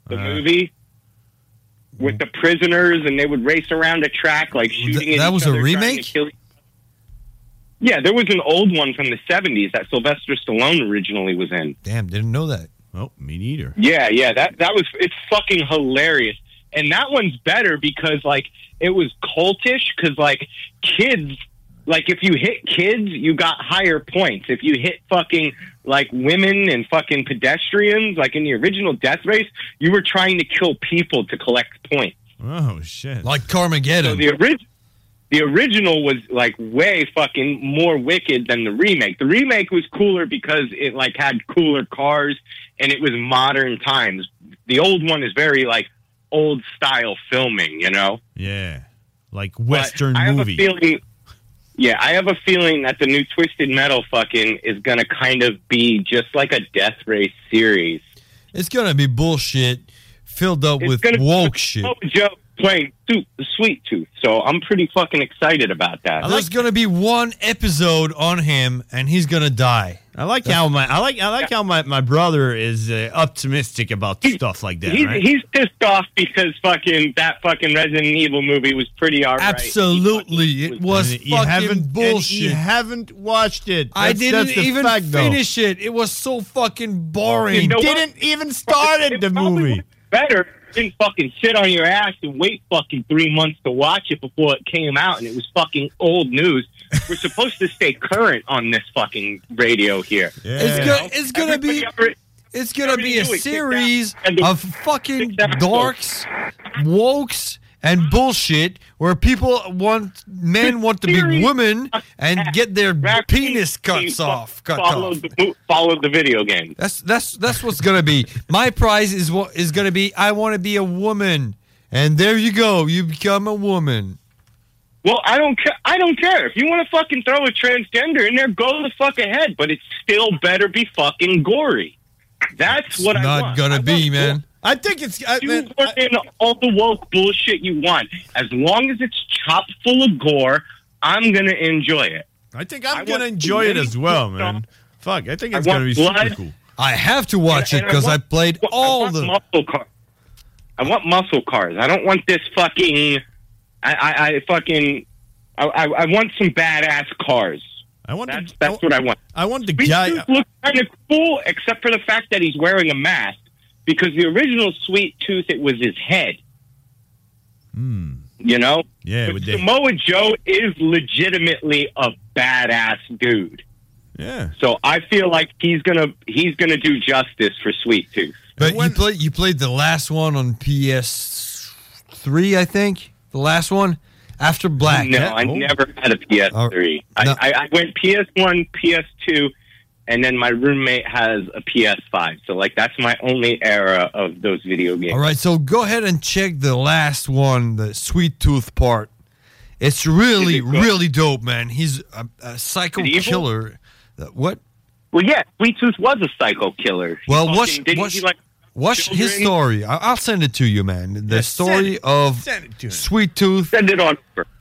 Speaker 18: the
Speaker 6: Uh,
Speaker 18: movie, with the prisoners, and they would race around a track like shooting. at
Speaker 6: that
Speaker 18: each
Speaker 6: was a
Speaker 18: other, trying to
Speaker 6: remake?
Speaker 18: kill each- Yeah, there was an old one from the seventies that Sylvester Stallone originally was in.
Speaker 6: Damn, didn't know that.
Speaker 20: Oh, me neither.
Speaker 18: Yeah, yeah, that that was it's fucking hilarious, and that one's better because like it was cultish because like kids, like if you hit kids, you got higher points. If you hit fucking like women and fucking pedestrians, like in the original Death Race, you were trying to kill people to collect points.
Speaker 20: Oh shit!
Speaker 6: Like Carmageddon.
Speaker 18: So the original. The original was like way fucking more wicked than the remake. The remake was cooler because it like had cooler cars and it was modern times. The old one is very like old style filming, you know.
Speaker 20: Yeah, like
Speaker 18: But
Speaker 20: western
Speaker 18: I have
Speaker 20: movie.
Speaker 18: a feeling. Yeah, I have a feeling that the new Twisted Metal fucking is gonna kind of be just like a Death Race series.
Speaker 6: It's gonna be bullshit filled up with woke shit.
Speaker 18: Oh, Joe playing Su- Sweet Tooth, so I'm pretty fucking excited about that.
Speaker 6: There's gonna be one episode on him, and he's gonna die.
Speaker 20: I like how my I like I like how my, my brother is uh, optimistic about stuff like that.
Speaker 18: he's,
Speaker 20: right?
Speaker 18: he's pissed off because fucking that fucking Resident Evil movie was pretty alright.
Speaker 6: Absolutely, it was
Speaker 20: And you
Speaker 6: fucking
Speaker 20: haven't- and
Speaker 6: bullshit.
Speaker 20: you haven't watched it.
Speaker 6: I
Speaker 20: That's-
Speaker 6: didn't
Speaker 20: that's the
Speaker 6: even
Speaker 20: fact, though.
Speaker 6: finish it. It was so fucking boring.
Speaker 20: You know Didn't what?
Speaker 6: even
Speaker 20: started
Speaker 6: the movie.
Speaker 18: Better than fucking sit on your ass and wait fucking three months to watch it before it came out, and it was fucking old news. We're supposed to stay current on this fucking radio
Speaker 6: [LAUGHS]
Speaker 18: here.
Speaker 6: It's gonna it's gonna be it's gonna be a
Speaker 18: knew it, except-
Speaker 6: series of fucking darks, wokes, and bullshit where people want men want to be women and get their penis cuts off. Cut off.
Speaker 18: Followed the, followed the video game.
Speaker 6: That's that's that's what's gonna be. My prize is what is gonna be. I want to be a woman, and there you go. You become a woman.
Speaker 18: Well, I don't care. I don't care if you want to fucking throw a transgender in there. Go the fuck ahead, but it still better be fucking gory. That's what I
Speaker 6: Not
Speaker 18: want.
Speaker 6: gonna be, man.
Speaker 20: I think it's I,
Speaker 18: you work in all the woke bullshit you want. As long as it's chopped full of gore, I'm gonna enjoy it.
Speaker 20: I think I'm
Speaker 18: I
Speaker 20: gonna
Speaker 18: want
Speaker 20: enjoy it
Speaker 18: many
Speaker 20: as well,
Speaker 18: people-
Speaker 20: man. Fuck, I think
Speaker 18: I
Speaker 20: it's gonna
Speaker 18: want
Speaker 20: be super
Speaker 18: blood.
Speaker 20: cool.
Speaker 6: I have to watch
Speaker 18: And- and
Speaker 6: it
Speaker 18: I
Speaker 6: because I,
Speaker 18: want-
Speaker 6: played all the.
Speaker 18: muscle cars. I want muscle cars. I don't want this fucking. I, I, I fucking. I, I, I want some badass cars.
Speaker 20: I want.
Speaker 18: That's, that's what I want.
Speaker 20: I want the
Speaker 18: Sweet
Speaker 20: guy-
Speaker 18: Tooth looks kind of cool, except for the fact that he's wearing a mask. Because the original Sweet Tooth, it was his head. You know.
Speaker 20: Hmm. Yeah,
Speaker 18: But Samoa Joe is legitimately a badass dude.
Speaker 20: Yeah.
Speaker 18: So I feel like he's gonna he's gonna do justice for Sweet Tooth.
Speaker 6: But you played you played the last one on PS3, I think. The last one after Black.
Speaker 18: No,
Speaker 6: Yeah.
Speaker 18: I
Speaker 6: Oh.
Speaker 18: never had a PS3. I, I, I went PS1, PS2, and then my roommate has a PS5. So, like, that's my only era of those video games.
Speaker 6: All right, so go ahead and check the last one, the sweet tooth part. It's really,
Speaker 18: Is it good?
Speaker 6: really dope, man. He's a, a psycho
Speaker 18: Is it evil?
Speaker 6: killer. Uh, What?
Speaker 18: Well, yeah, Sweet Tooth was a psycho killer. He
Speaker 6: Well,
Speaker 18: fucking-
Speaker 6: what's
Speaker 18: didn't
Speaker 6: what's,
Speaker 18: he, like,
Speaker 6: what's his
Speaker 18: children?
Speaker 6: story? I, I'll send it to you, man. The story of Sweet Tooth.
Speaker 18: Send it on.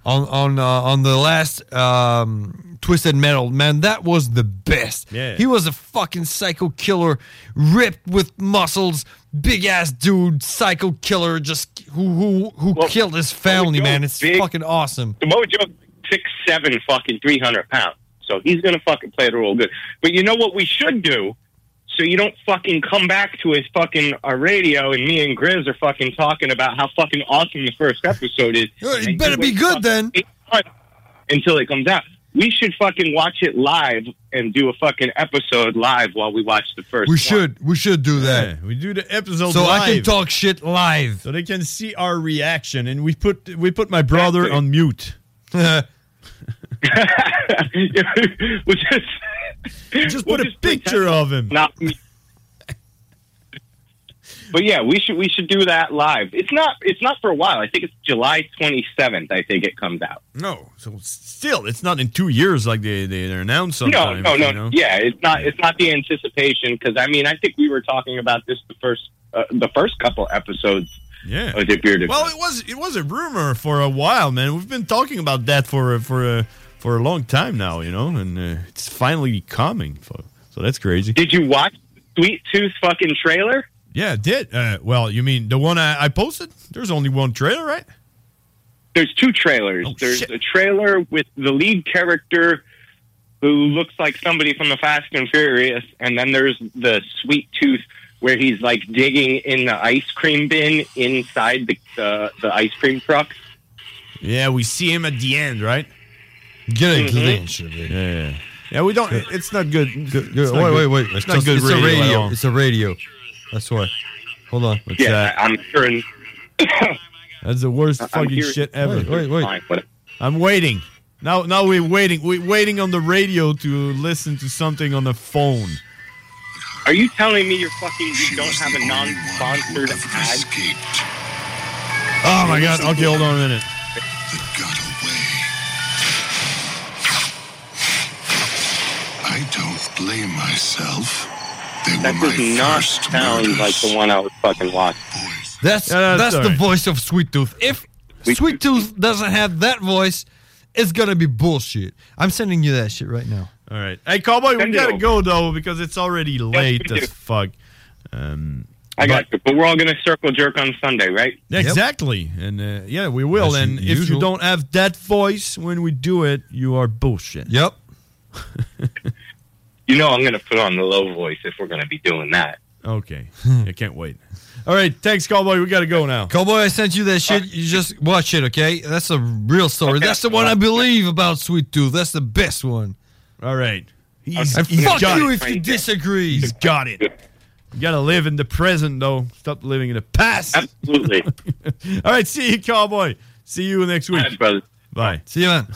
Speaker 6: On on uh, on the last um, Twisted Metal, man, that was the best.
Speaker 20: Yeah.
Speaker 6: He was a fucking psycho killer, ripped with muscles, big ass dude, psycho killer, just who who who killed his family, man. It's fucking awesome.
Speaker 18: The Mojo six seven fucking three hundred pounds. So he's gonna fucking play the role good. But you know what we should do? So you don't fucking come back to his fucking uh, radio and me and Grizz are fucking talking about how fucking awesome the first episode is.
Speaker 6: It
Speaker 18: And
Speaker 6: better
Speaker 18: you
Speaker 6: be
Speaker 18: wait
Speaker 6: good then.
Speaker 18: fucking until it comes out. We should fucking watch it live and do a fucking episode live while we watch the first.
Speaker 6: We
Speaker 18: one.
Speaker 6: should we should do that.
Speaker 20: We do the episode
Speaker 6: So
Speaker 20: live.
Speaker 6: I can talk shit live.
Speaker 20: So they can see our reaction, and we put we put my brother
Speaker 6: Exactly.
Speaker 20: on [LAUGHS] mute.
Speaker 18: we just
Speaker 20: [LAUGHS] just put a picture of him.
Speaker 18: Not me. But yeah, we should we should do that live. It's not it's not for a while. I think it's July twenty seventh. I think it comes out.
Speaker 20: No, so still, it's not in two years like they they, they announced sometimes.
Speaker 18: no, no, no.
Speaker 20: you know?
Speaker 18: Yeah, it's not it's not the anticipation because I mean I think we were talking about this the first uh, the first couple episodes.
Speaker 20: Yeah.
Speaker 18: of the bearded.
Speaker 20: Well, it was it was a rumor for a while, man. We've been talking about that for for uh, for a long time now, you know, and uh, it's finally coming. fo- So that's crazy.
Speaker 18: Did you watch Sweet Tooth fucking trailer?
Speaker 20: Yeah, it did. Uh, well, you mean the one I, I posted? There's only one trailer, right?
Speaker 18: There's two trailers. There's a trailer with the lead character who looks like somebody from the Fast and Furious, and then there's the Sweet Tooth where he's like digging in the ice cream bin inside the uh, the ice cream truck.
Speaker 20: Yeah, we see him at the end, right?
Speaker 6: Get
Speaker 18: it, Mhm. Lynch.
Speaker 20: Yeah, yeah. Yeah, we don't. It's not good. good,
Speaker 6: Good. Wait, wait, wait.
Speaker 20: It's
Speaker 6: It's,
Speaker 20: not
Speaker 6: just-
Speaker 20: good
Speaker 6: it's
Speaker 20: radio.
Speaker 6: a
Speaker 20: at
Speaker 6: radio.
Speaker 20: all.
Speaker 6: It's a radio. That's why. Hold on.
Speaker 20: What's that?
Speaker 18: I'm sure.
Speaker 20: That's the worst
Speaker 6: I'm
Speaker 20: fucking
Speaker 6: here-
Speaker 20: shit ever.
Speaker 6: Wait, wait, wait. Fine,
Speaker 20: I'm waiting. Now, now we're waiting. We're waiting on the radio to listen to something on the phone.
Speaker 18: Are you telling me you're fucking you don't have a non-sponsored ad?
Speaker 20: Oh my god. Okay, hold on a minute.
Speaker 19: I don't blame myself. They
Speaker 18: That
Speaker 19: were my
Speaker 18: does not
Speaker 19: first
Speaker 18: sound like the one I was fucking watching.
Speaker 6: That's
Speaker 18: Yeah, that's
Speaker 6: that's, the
Speaker 18: alright.
Speaker 6: voice of Sweet Tooth. If Sweet Tooth doesn't have that voice, it's gonna be bullshit. I'm sending you that shit right now.
Speaker 20: All right. Hey, cowboy, we
Speaker 6: Send it
Speaker 20: gotta
Speaker 6: over.
Speaker 20: go though because it's already late
Speaker 18: we do.
Speaker 20: as fuck. Um,
Speaker 18: I got you. But we're all going to circle jerk on Sunday, right?
Speaker 20: Exactly, and uh, yeah, we will.
Speaker 18: As
Speaker 20: and if you
Speaker 18: usual.
Speaker 20: don't have that voice when we do it, you are bullshit.
Speaker 6: Yep.
Speaker 18: You know I'm going to put on the low voice if we're going to be doing that.
Speaker 20: Okay. [LAUGHS] I can't wait. All right. Thanks, cowboy. We gotta go now.
Speaker 6: Cowboy, I sent you that shit. You just watch it, okay? That's a real story. That's the one I believe about Sweet Tooth. That's the best one.
Speaker 20: All right. He's,
Speaker 6: and
Speaker 20: he's
Speaker 6: fuck
Speaker 20: got
Speaker 6: you
Speaker 20: it.
Speaker 6: if you disagree.
Speaker 20: He's got it. You gotta live in the present, though. Stop living in the past.
Speaker 18: Absolutely.
Speaker 20: [LAUGHS] All right, see you, cowboy. See you next week, Bye.
Speaker 6: See you, man.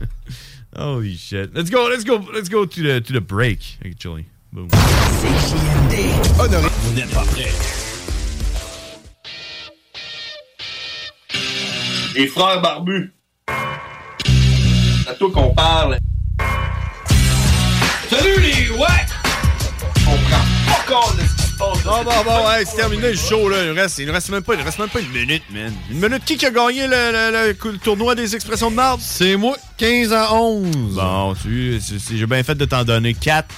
Speaker 20: [LAUGHS] Holy shit! Let's go. Let's go. Let's go to the to the break. Actually, boom.
Speaker 21: Vous n'êtes pas prêts.
Speaker 8: Les frères barbus. C'est à toi qu'on parle.
Speaker 20: Salut les ouais. On prend pas compte de ce qui se passe. Bon, bon, bon, hey, c'est terminé le show, là. Il nous reste, il nous reste même pas, il nous reste même pas une minute, man. Une minute. Qui qui a gagné le, le- le- le tournoi des expressions de marde?
Speaker 6: C'est moi. 15 à 11.
Speaker 20: Bon, tu c'est- c'est- j'ai bien fait de t'en donner 4.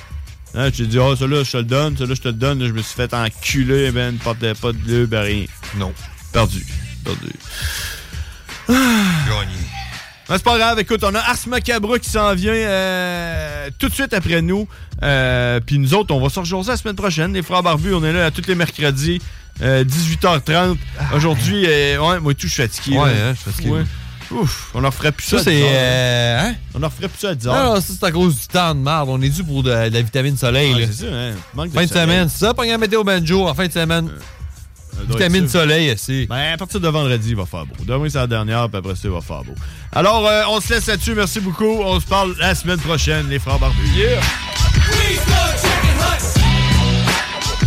Speaker 20: Hein, je t'ai dit, oh, celui-là, je te le donne, celui-là, je te le donne. Là, Je me suis fait enculer, ben, pas de, pas de lube, rien.
Speaker 6: Non.
Speaker 20: Perdu. Perdu. Ah, c'est pas grave, écoute, on a Ars Macabre qui s'en vient euh, tout de suite après nous. Euh, Puis nous autres, on va se rejoindre la semaine prochaine. Les frères barbus, on est là à tous les mercredis, euh, 18h30. Aujourd'hui, euh, ouais, moi et tout, je suis fatigué.
Speaker 6: Ah, Ouais,
Speaker 20: là.
Speaker 6: hein, je suis fatigué,
Speaker 20: Ouais. Ouf, on leur ferait plus ça.
Speaker 6: Ça,
Speaker 20: à
Speaker 6: c'est.
Speaker 20: 10 heures.
Speaker 6: euh, hein?
Speaker 20: On leur ferait plus ça à 10 heures.
Speaker 6: Non, non, ça, c'est à cause du temps de merde. On est dû pour de, de la vitamine soleil.
Speaker 20: Ouais,
Speaker 6: là.
Speaker 20: c'est ça, hein. Manque de
Speaker 6: Fin de
Speaker 20: soleil. Euh,
Speaker 6: semaine, c'est ça, pogner la météo banjo en fin de semaine.
Speaker 20: Ça doit
Speaker 6: vitamine
Speaker 20: être ça.
Speaker 6: soleil, eh, aussi.
Speaker 20: Ben, à partir de vendredi, il va faire beau. Demain, c'est la dernière, puis après ça, il va faire beau. Alors, euh, on se laisse là-dessus. Merci beaucoup. On se parle la semaine prochaine, les frères barbus.
Speaker 10: Please go chicken hut.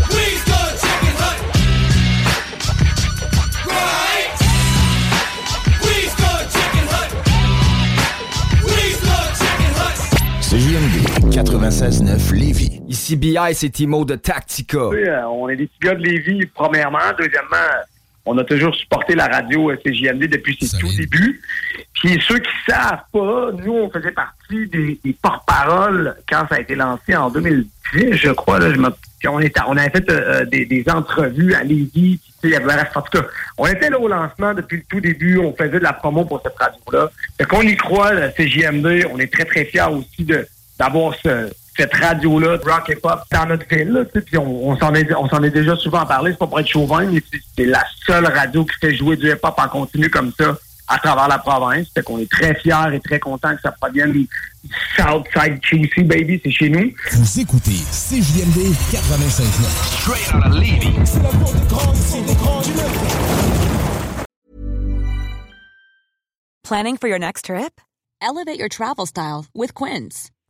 Speaker 10: Please go chicken hut. Right. Please go chicken hut. Please go chicken hut.
Speaker 22: CJMD 96-9 Lévis. Ici BI, c'est Timo de Tactica.
Speaker 23: Oui, euh, on est des petits gars de Lévis, premièrement. Deuxièmement, On a toujours supporté la radio euh, CJMD depuis ses tout débuts. Puis ceux qui savent pas, nous, on faisait partie des, des porte-paroles quand ça a été lancé en 2010, je crois. Là, je me- puis on, était- on avait fait euh, euh, des, des entrevues à Lévis. puis, tu sais, il y avait- En tout cas, on était là au lancement depuis le tout début. On faisait de la promo pour cette radio-là. Fait qu'on y croit, la CJMD. On est très, très fiers aussi de d'avoir ce- cette radio-là, de rock et pop, dans notre ville. là, tu sais, Puis on, on s'en est, on s'en est déjà souvent parlé. C'est pas pour être chauvin, mais c'est- c'est la seule radio qui fait jouer du hip-hop en continu comme ça à travers la province. Fait qu'on est très fiers et très contents que ça provienne du Southside QC, baby. C'est chez nous.
Speaker 5: Vous écoutez CJMD 96.9. Straight out of Levy. C'est la porte des grands, c'est des grands du
Speaker 24: Planning for your next trip? Elevate your travel style with Quince.